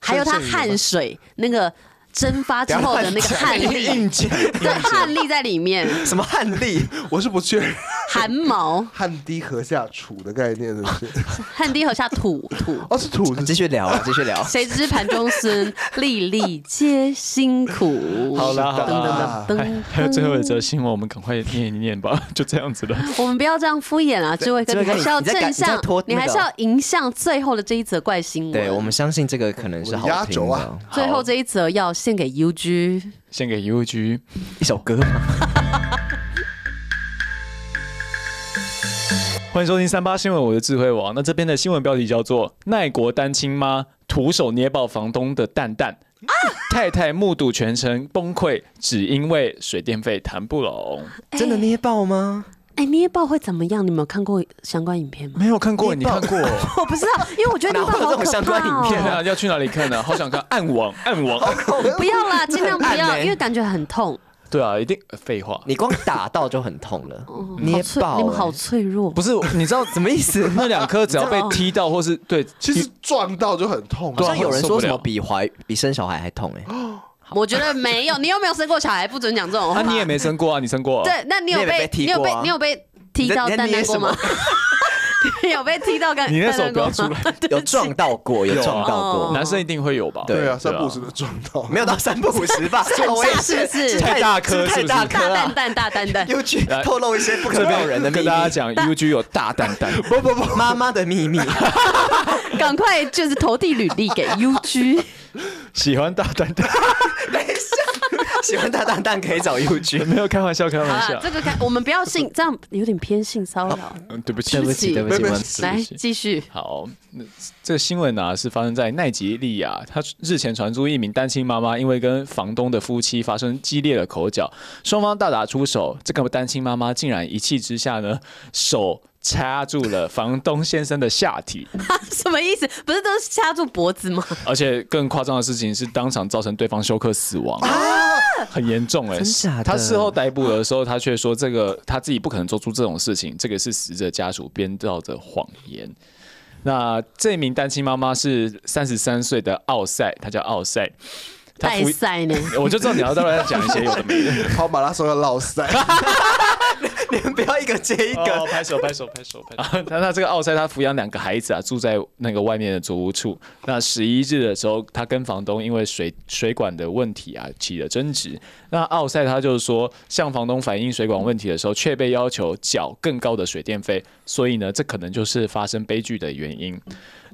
还有它汗水那个蒸发之后的那个汗粒，对，汗粒在里面，
什么汉力？
我是不确认
汗毛，
汗滴禾下土的概念是不是？
汗滴禾下土土。
哦，是土，是
继续聊啊，继续聊。
谁知盘中餐，粒粒皆辛苦。
好啦好
是的
啦
啊，
噔噔
还
哎
噔
还有最后一则新闻，我们赶快念一念吧， [laughs] 就这样子了。
我们不要这样敷衍啊，智慧哥，
智慧
你
哥
还是要
你在赶
正
你
向
在拖，
你
那个
还是要迎向最后的这一则怪新闻。
对我们相信这个可能是好
压轴
听的哦
啊
最后这一则要献给 UG。
献给 U G，
一首歌嘛。
欢迎收听三八新闻，我的智慧王。那这边的新闻标题叫做“奈国单亲妈徒手捏爆房东的蛋蛋”，太太目睹全程崩溃，只因为水电费谈不拢。
真的捏爆吗？
哎，捏爆会怎么样？你们有看过相关影片吗？
没有看过，你看过？
我哦不知道，因为我觉得捏爆
[laughs] 哪会有
好
这
可
种相关
怕
影
[laughs] 天
片
哦。
啊，要去哪里看呢、好想看，暗网，暗网。哦
不
哎
要啦，尽量不
很
要，
[laughs] 暗欸
因为感觉很痛。
对啊，一定呃废话。
你光打到就很痛了
[laughs] 哦，
捏
好脆
爆、
你们好
欸
脆弱。
不是，你知道
什么意思？
[laughs] 那两颗只要被踢到，或是对，
其实撞到就很痛，
[laughs]
啊
好像有人
受
说
不
什么
了哦
比怀比生小孩还痛哎、
我觉得没有，你又没有生过小孩，不准讲这种
哦
话。
啊，你也没生过啊，你生过、啊？
对，那你有
你也
被
没被踢
有
过
被
啊
你有被踢到
你在
蛋 [laughs] 蛋
你在捏
过
什么
吗？有被踢到干？
你那手
干
不要
过
出
吗
来，
有撞到过，有撞到
哦
过，
男生一定会有吧？
对
对啊，
啊
三不五时的撞到，
没有到三不五
[laughs]
十吧？
是很
我也
大是不是
太大颗
是
是
太
不是
[laughs]
大
大
颗
蛋
[laughs]
了。
蛋大蛋蛋，
又去透露一些不可
这
告人的
边跟
秘密，
大家讲，UG 有大蛋蛋，
不不不，
妈妈的秘密。
赶快就是投递履历
[laughs]
给 UG。
[laughs] 喜欢大蛋蛋，
等一下，喜欢大蛋蛋可以找 U
[laughs]
G。
[laughs] 没有开玩笑，开玩
好啊
笑
啊
了，。这个看我们不要性，这样有点偏性骚扰。
嗯，对不起，
对不起，
起
对不起，
没
我
没
们
来
是
继续， [laughs]
好，那这个新闻呢、是发生在奈及利亚，她日前传出一名单亲妈妈因为跟房东的夫妻发生激烈的口角，双方大打出手，这个单亲妈妈竟然一气之下呢，手掐住了房东先生的下体，
什么意思？不是都是掐住脖子吗？
而且更夸张的事情是当场造成对方休克死亡，很严重哎、
啊真假的
他事后逮捕的时候，他却说这个他自己不可能做出这种事情，这个是死者家属编造的谎言。那这名单亲妈妈是三十三岁的奥赛，她叫奥赛，她
带
服
赛
[laughs]
呢？
我就知道你要大概讲一些有的没的。
跑马拉松要落塞，
你们不要一个接一
哦
个，
拍手，拍手，拍手，拍手。啊那那这个奥赛他抚养两个孩子啊，住在那个外面的租屋处。那十一日的时候，他跟房东因为水水管的问题啊起了争执。那奥赛他就是说，向房东反映水管问题的时候，却被要求缴更高的水电费，所以呢，这可能就是发生悲剧的原因。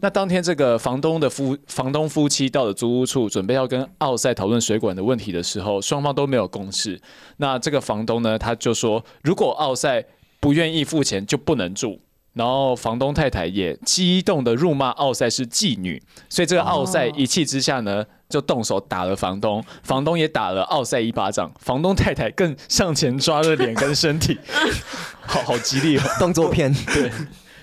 那当天，这个房东的夫房东夫妻到了租屋处，准备要跟奥赛讨论水管的问题的时候，双方都没有共识。那这个房东呢，他就说，如果奥赛不愿意付钱，就不能住。然后房东太太也激动的辱骂奥赛是妓女，所以这个奥赛一气之下呢，就动手打了房东，房东也打了奥赛一巴掌，房东太太更上前抓了脸跟身体， [laughs] 好好激烈哦。
动作片。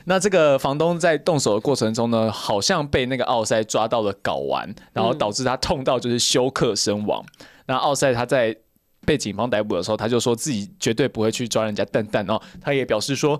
那这个房东在动手的过程中呢，好像被那个奥赛抓到了睾丸，然后导致他痛到就是休克身亡。那奥赛他在被警方逮捕的时候，他就说自己绝对不会去抓人家蛋蛋，然后他也表示说。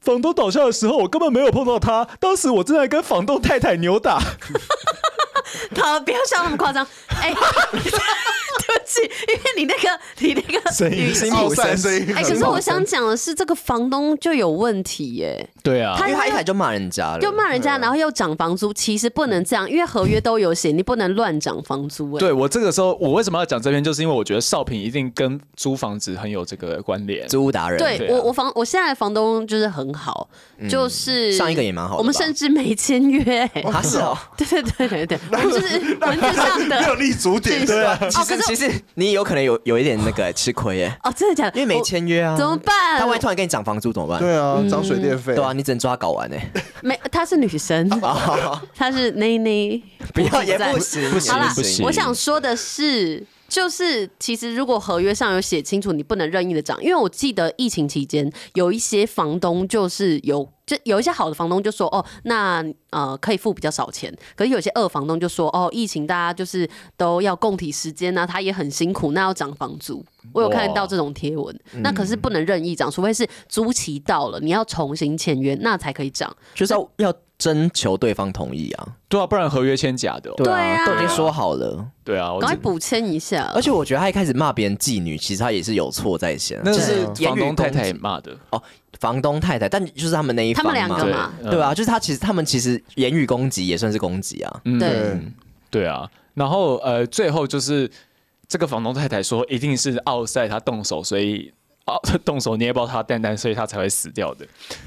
房东倒下的时候，我根本没有碰到他。当时我正在跟房东太太扭打，
好，不要笑那
[laughs]
么夸张。哎， [laughs] 对不起，因为你那个你那个
声音
语气
[laughs] 辛苦
落塞声音很
哎，
冒
可
险。
是我想讲的是，这个房东就有问题耶，
对啊
他
因为他一开始就骂人家了，
就骂人家，然后又涨房租，其实不能这样，因为合约都有写，你不能乱涨房租。哎，
对我这个时候，我为什么要讲这篇，就是因为我觉得少平一定跟租房子很有这个关联。
租屋达人。
对
对啊
我，我房我现在的房东就是很好，就是
上一个也蛮好的吧
我们甚至没签约、
他是哦，
对对对对对，我们就是文字上
没有
的。
立足点，
对啊
其
哦可
实
是
其实你有可能有有一点那个吃亏耶，
哦，真的假的？
因为没签约啊
我，怎么办？
他万一突然跟你涨房租怎么办？
对啊，涨水电费，
对啊，你只能抓睾
[laughs]
丸哎，
没，她是女神，
啊，
她是内内。
不要也
在
不行，
不行
好
也
啦
不行，
我想说的是，就是其实如果合约上有写清楚，你不能任意的涨，因为我记得疫情期间有一些房东就是有。就有一些好的房东就说哦，那呃可以付比较少钱，可是有些恶房东就说哦，疫情大家就是都要共体时间呐、他也很辛苦，那要涨房租。我有看到这种贴文，那可是不能任意涨，除非是租期到了，你要重新签约，那才可以涨。
就是要要征求对方同意啊，
对啊，不然合约签假的哦、
对啊
都已经说好了，
对啊，我
赶快
只
补签一下
而。且我觉得他一开始骂别人妓女，其实他也是有错在先，啊
那
就是是
房东太太骂的，
哦，房东太太，但就是他们那一
他
方
们两个
对
嘛，
嗯
对啊，就是他其实他们其实言语攻击也算是攻击啊，
嗯
对
嗯
对啊。然后呃，最后就是这个房东太太说，一定是奥赛他动手，所以奥动手捏爆他蛋蛋，所以他才会死掉的。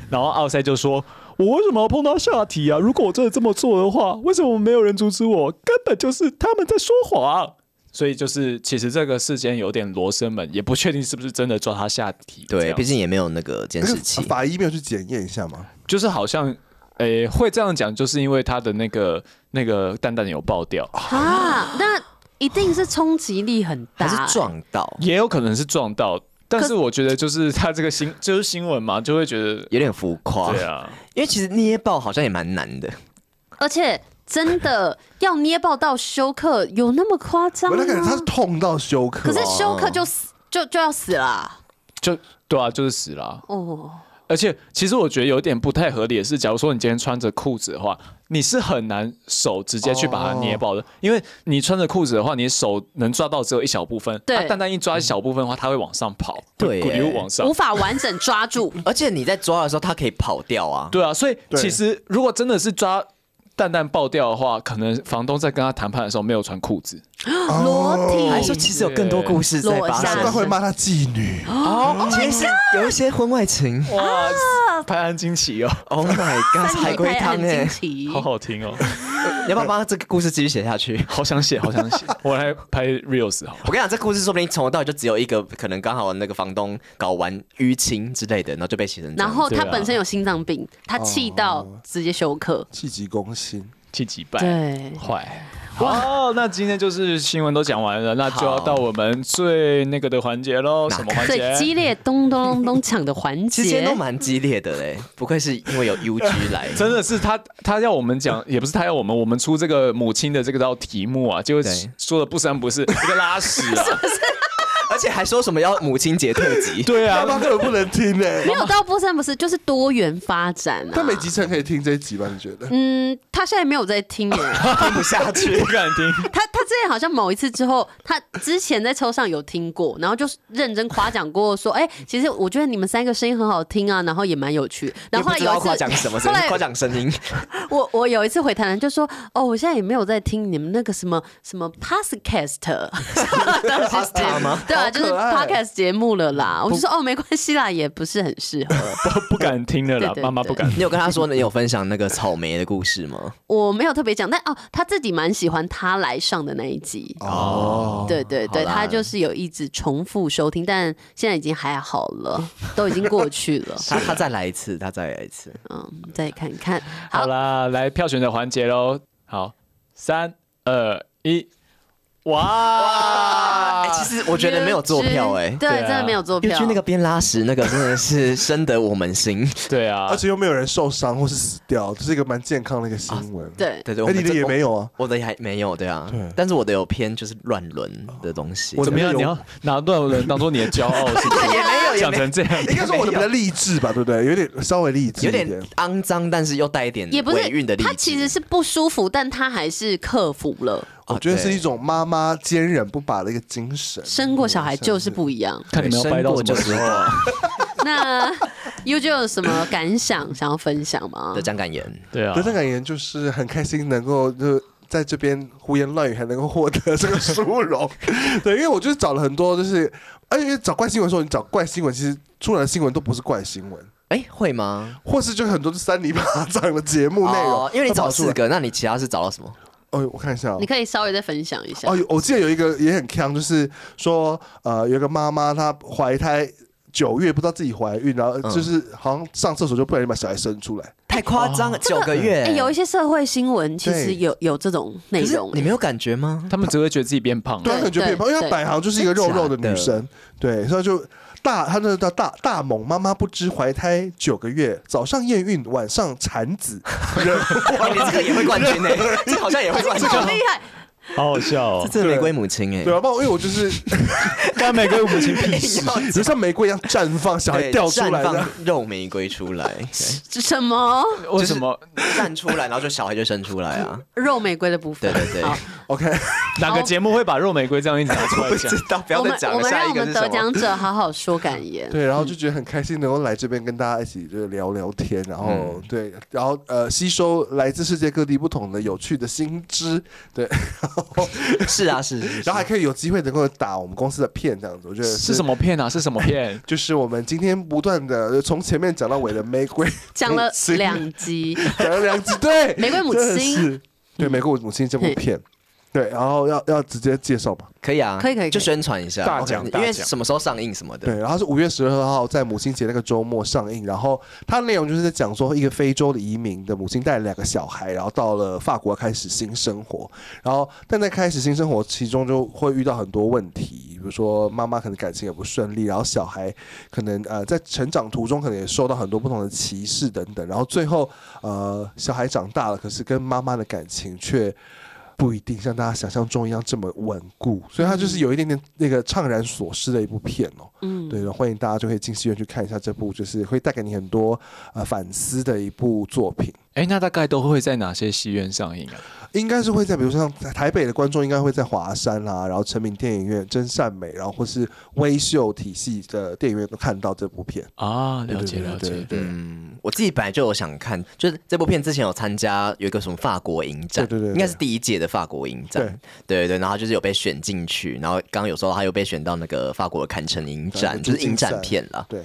然后奥赛就说：“我为什么要碰到下体啊？如果我真的这么做的话，为什么没有人阻止我？根本就是他们在说谎。”所以就是，其实这个事件有点罗生门，也不确定是不是真的抓他下体这样。
对，毕竟也没有那个监
那
视
个
器，
法医没有去检验一下吗？
就是好像，诶、会这样讲，就是因为他的那个那个蛋蛋有爆掉，
啊，那一定是冲击力很大、
还是撞到，
也有可能是撞到，但
可
是我觉得就是 [laughs] 他这个新就是新闻嘛，就会觉得
有点浮夸，
对啊，
因为其实捏爆好像也蛮难的，
而且真的要捏爆到休克，有那么夸张
我
吗
那？感觉他是痛到休克
啊可
哦，
是休克就死就就要死啦。
就对啊，就是死了啊。
哦，
哎、而且其实我觉得有点不太合理的是，假如说你今天穿着裤子的话，你是很难手直接去把它捏爆的，因为你穿着裤子的话，你手能抓到只有一小部分，
对
它单单一抓一小部分的话，它会往上跑，
对
咕
耶
溜往上
无。法完整抓住。
而且你在抓的时候，它可以跑掉啊。
对啊，所以
对
其实如果真的是抓蛋蛋爆掉的话，可能房东在跟他谈判的时候没有穿裤子。
裸体
哦还说其实有更多故事在
对
发
啊难怪
生
会骂她妓女。
啊
哦，其实有一些婚外情。
哇，拍案惊奇哦，
Oh my god，海龟汤哎
很惊，奇，
好好听哦，
你要不要帮这个故事继续写下去？
[laughs] 好想写，好想写， [laughs] 我来拍 reels 好了。
我跟你讲，这故事说不定从头到尾就只有一个，可能刚好那个房东搞完淤青之类的，然后就被写成这
然
样。
后他
对啊
本身有心脏病，他气到
哦
直接休克。
气急攻心，
去击败，
对
坏。好，那今天就是新闻都讲完了，那就要
好
到我们最那个的环节喽。
哪
什么环
最
节？
激烈咚咚咚咚抢的环
其实今天
节
都，蛮激烈的嘞，不愧是因为有 UG
[laughs]
来，
真的是他，他要我们 [laughs] 讲，也不是他要我们，我们出这个母亲的这个道题目啊，结果
对
说的不三不四，一 [laughs] 个拉屎啊，
[laughs] 而且还说什么要母亲节特辑。
对啊 [laughs]
爸，妈根本不能听呢。
没有到不三不四，就是多元发展啊
但。每集成可以听这一集吧？你觉得？
嗯，他现在没有在听耶，
[laughs] 听不下去
不，敢听。
他他之前好像某一次之后，他之前在车上有听过，然后就是认真夸奖过说，哎、其实我觉得你们三个声音很好听啊，然后也蛮有趣。然后后来
也不
有
知道
一
夸奖什
次，
么，只
[laughs] 后
是
来
夸奖声音。
我我有一次回台南就说，哦，我现在也没有在听你们那个什么什么
[laughs]
podcast，
Podcast 吗
对啊，就是
好可爱
podcast 节目了啦。我就说哦，没关系啦，也不是很适
[laughs]
合。
不不敢听了啦
对，对
妈妈不敢
你有跟他说你有分享那个草莓的故事吗？
我没有特别讲，但哦，他自己蛮喜欢他来上的那一集。
哦，
对对对，
好啦
他就是有一直重复收听，但现在已经还好
[laughs]
了，都已经过去了。
他他再来一次，他再来一次。
嗯，再看看。
好
好，
啦，来票选的环节喽。好，三二一，哇！
哎，其实我觉得没有做票哎，
对，
对啊
真的没有做
因为
票
去。那个边拉屎那个真的是深得我们心。
对啊，
而且又没有人受伤或是死掉，这是一个蛮健康的一个新闻。，
啊对，
对对，我
哎，
们
你的
这
也没，
[laughs]
有啊？
我的也还没有，对啊。但是我的有偏就是乱伦的东西。
我的
怎么样？
有
你要拿乱人当做你的骄
[laughs]
傲是不
也没有，
是？
也
讲
没有
成这样，
应该说我的比较励志吧，对不对？有点稍微励志
有
一
点
点。
肮脏，但是又带一点
也不
尾韵的
是，
力气。
他其实是不舒服，但他还是克服了。
哦，
我觉得是
对
一种妈妈坚韧不拔的一个精神。
生过小孩就是不一样。
看你们要掰到什么时候啊。
那 [laughs] U 就有什么感想想要分享吗 [laughs]
的？张感言。
对啊
得，胜感言就是很开心能够就在这边胡言乱语，还能够获得这个殊荣。对，因为我就是找了很多，就是而且找怪新闻的时候，你找怪新闻，其实出来的新闻都不是怪新闻，
哎，会吗？
或是就很多是三里八掌的节目内容
哦。因为你
都
找
跑出来
四，个，那你其他是找到什么？
哦，我看一下哦
你。可以稍微再分享一下
哦，。有我记得有一个也很坑，就是说，呃，有一个妈妈她怀胎九月不知道自己怀孕，
嗯
然后就是好像上厕所就不小心把小孩生出来，
太夸张了，九个月
哎，有一些社会新闻其实
对
有有这种内
可是
容，欸哎
你没有感觉吗？
他们只会觉得自己变胖。啊
对，
对
感觉变胖，因为她
对
本来好像就是一个肉肉的
真假的
女生，对，所以就大，她那叫大大猛妈妈不知怀胎九个月，早上验孕，晚上产子，人
[laughs] 哇，你这个也会冠军呢？欸 [laughs] 啊这好像也会冠军
这个， [laughs] 好厉害。
好好笑 [laughs]
这
哦！
真的玫瑰母亲哎
对。啊，不然因为我就是
跟玫瑰母亲屁事。
只是像玫瑰一样绽放，小孩
对
掉出来
绽
的，
放肉玫瑰出 [laughs] 来，对
什么
[laughs] 为什么
绽出来，然后就小孩就生出来 [laughs] 啊！
肉玫瑰的部分？
对对对
好
OK，
哪个节目会把肉玫瑰这样一直拿出来 [laughs]
不
讲
知？道，不要
我
再
们
讲
我
了。
们
下
让
一
我
个
们
是
得
什
奖
么？
者好好说感言。
对，然后就觉得很开心能够来这边跟大家一起就是聊聊天，然后、对，然后呃吸收来自世界各地不同的有趣的新知，对，
[laughs] 是啊，是，是是
然后还可以有机会能够打我们公司的片这样子，我觉得
是什
么？
么片啊？是什么片？
就是我们今天不断的从前面讲到尾的玫瑰母亲，
[laughs] [laughs] 讲
[laughs]
了两集，
讲了两集，对，
[laughs] 玫瑰母
真的
亲嗯
是对玫瑰母亲这部片，对，然后要要直接介绍吧，
可以啊，
可以可以可以
就宣传一下
大奖
因为
大奖
什么时候上映什么的。
对，然后是五月十二号在母亲节那个周末上映，然后它内容就是在讲说一个非洲的移民的母亲带了两个小孩，然后到了法国开始新生活，然后但在开始新生活其中就会遇到很多问题，比如说妈妈可能感情也不顺利，然后小孩可能呃在成长途中可能也受到很多不同的歧视等等，然后最后呃小孩长大了，可是跟妈妈的感情却。不一定像大家想象中一样这么稳固，所以它就是有一点点那个怅然所失的一部片哦。
嗯，
对，欢迎大家就可以进戏院去看一下这部，就是会带给你很多呃反思的一部作品。
[laughs] 哎，那大概都会在哪些戏院上映啊？
应该是会在，比如说像台北的观众应该会在华山啦，然后成品电影院、真善美，然后或是微秀体系的电影院都看到这部片。
啊，了解
对
了
对对
解。
对
嗯，我自己本来就有想看，就是这部片之前有参加有一个什么法国影展，
对对对对
应该是第一届的法国影展，对对对，然后就是有被选进去，然后刚刚有说他有被选到那个法国的坎城影展，就是影展片啦。
对，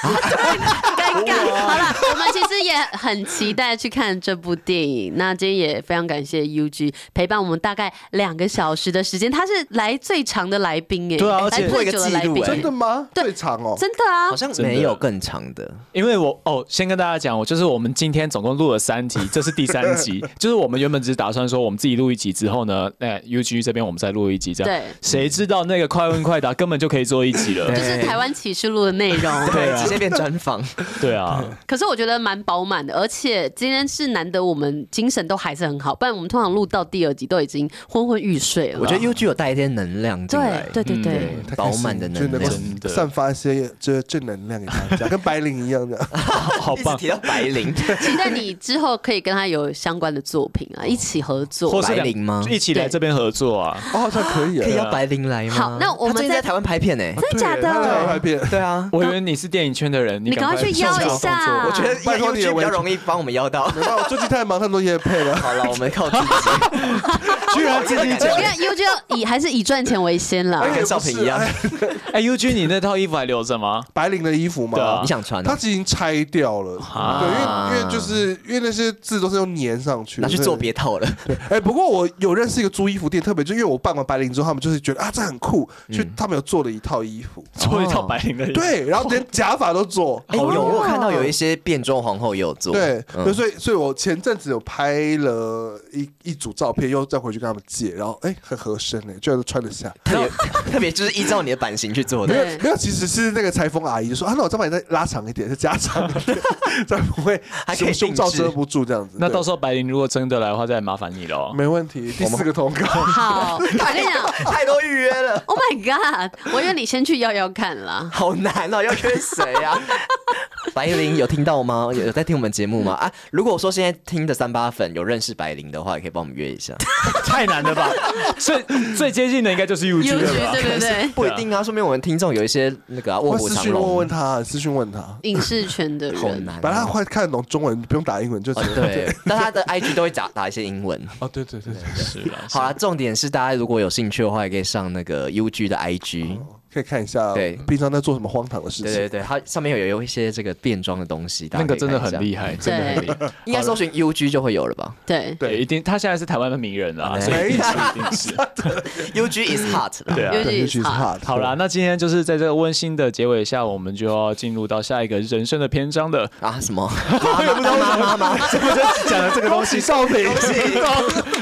尴尬。好了，我们其实也很期待去看这部电影。那今天也非常感谢 UG 陪伴我们大概两个小时的时间，他是来最长的来宾哎、
对啊而且
来最久的来宾，
对
真的吗？最长
哎
哦，
真的啊
好，像
真的
没有更长的，
因为我哦，先跟大家讲，我就是我们今天总共录了三集，这是第三 [laughs] 集。就是我们原本只是打算说我们自己录一集之后呢，那 UG 这边我们再录一集这样。
对
谁知道那个快问快答根本就可以做一集了。
就
对
是台湾启示录的内容。
[laughs]
对啊
哦直接变专访。
对啊，
可是我觉得蛮饱满的，而且今天是难得我们精神都还是很好，不然我们通常录到第二集都已经昏昏欲睡了。
[laughs] 我觉得 UG 有带一些能量进来
对，对对对。
嗯
太开
饱
心
满的
就
能
能
量。
真
够
的
散发一些这正能量给大家，跟白灵一样的。
好
一直
棒。
提到白 [laughs] 灵，
期 [laughs] 待你之后可以跟他有相关的作品啊，一起合作。
或是
白灵吗
两一起来这边合作啊？
哦，好像可以耶，
可以要白灵来吗？
好那我们
他最近在
再
台湾拍片呢、
真的假
对他在拍
的？
片。
对啊，
我以为你是电影圈的人，
啊你赶快去邀
送
一
上
下。
我觉得
拜托你的
UG 比较容易帮我们邀
[laughs]
到。
没办法，我最近太忙，太多夜配了。
好了，我们靠自己。
[laughs]
居然自己
我
讲
觉。得 U 就要以还是以赚钱为先啦
哎。
跟少平一样
啊
也不是哎
哎，UG，你那套衣服还留着吗？
白领的衣服
对啊
嘛
你，想穿、
它
啊？
已经拆掉了。
啊
对，因为因为就是因为那些字都是用粘上去的，
拿去做
所以
别套了，
哎，不过我有认识一个租衣服店，特别就因为我办完白领之后，他们就是觉得啊这很酷，
嗯
就他们有做了一套衣服，
做一套白领的衣服。
对，然后连假发都做。
哎、
哦
有我有看到有一些变装皇后也有做，
对，
嗯
对所以所以我前阵子有拍了一一组照片，又再回去跟他们借，然后哎很合身哎，居然都穿得下。
特别特别就是依照你的版型去做
没
的，
有没有，其实是那个裁缝阿姨就说啊，那我再把你再拉长一点，再 [laughs] 加长一点，这样不会
还可以
胸胸罩
定制
遮不住这样子。
那到
时
时候白灵如果真的来的话，再麻烦你了。
没问题。第四个通告，
好，我跟你讲
[laughs] 太多预约了，
，Oh my God，我以为你先去要要看啦。
好难哦，要约谁啊？ [laughs] 白灵有听到吗？有有在听我们节目吗？啊，如果说现在听的三八粉有认识白灵的话，也可以帮我们约一 [laughs] 下，
[laughs] 太难了吧？ [laughs] 最最接近的应该就是
U G，
UG 了吧
对？对对，
不一定啊，说明我们听众有一些那个啊卧
[laughs] 我
虎
私
藏
讯问
龙
问，他，私讯问
[laughs]
他，
影视圈的
好
人，
难哦，
把他快看得懂中文，不用打英文就直
哦
接。
对，但他的 IG 都会打打一些英文。
哦，对对对对，
是啊啦，
好啦，重点是大家如果有兴趣的话，也可以上那个 UG 的 IG，
哦
可以看一下，
对
平常在做什么荒唐的事
对对
情。
对，它上面有有一些这个变装的东西，大
那
家
个
可以
真的
看一下
很厉害，真的很厉害。
应该搜寻 UG 就会有了吧
对，
对，一定，他现在是台湾的名人啦，
哎
所以一定是一定是。
？UG is hot 啦。
对啊
U
对，也许
G
是
好，
他。
好啦，，那今天就是在这个温馨的结尾下，我们就要进入到下一个人生的篇章的。
啊
[laughs]
什么？妈妈妈妈妈。
这不就讲了这个东西？少平，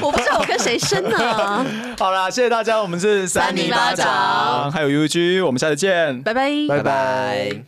我不知道我跟谁生呢，
[laughs] 好啦，谢谢大家，我们是
三
尼巴掌
还有 UG，我们下次见，
拜拜。
拜拜。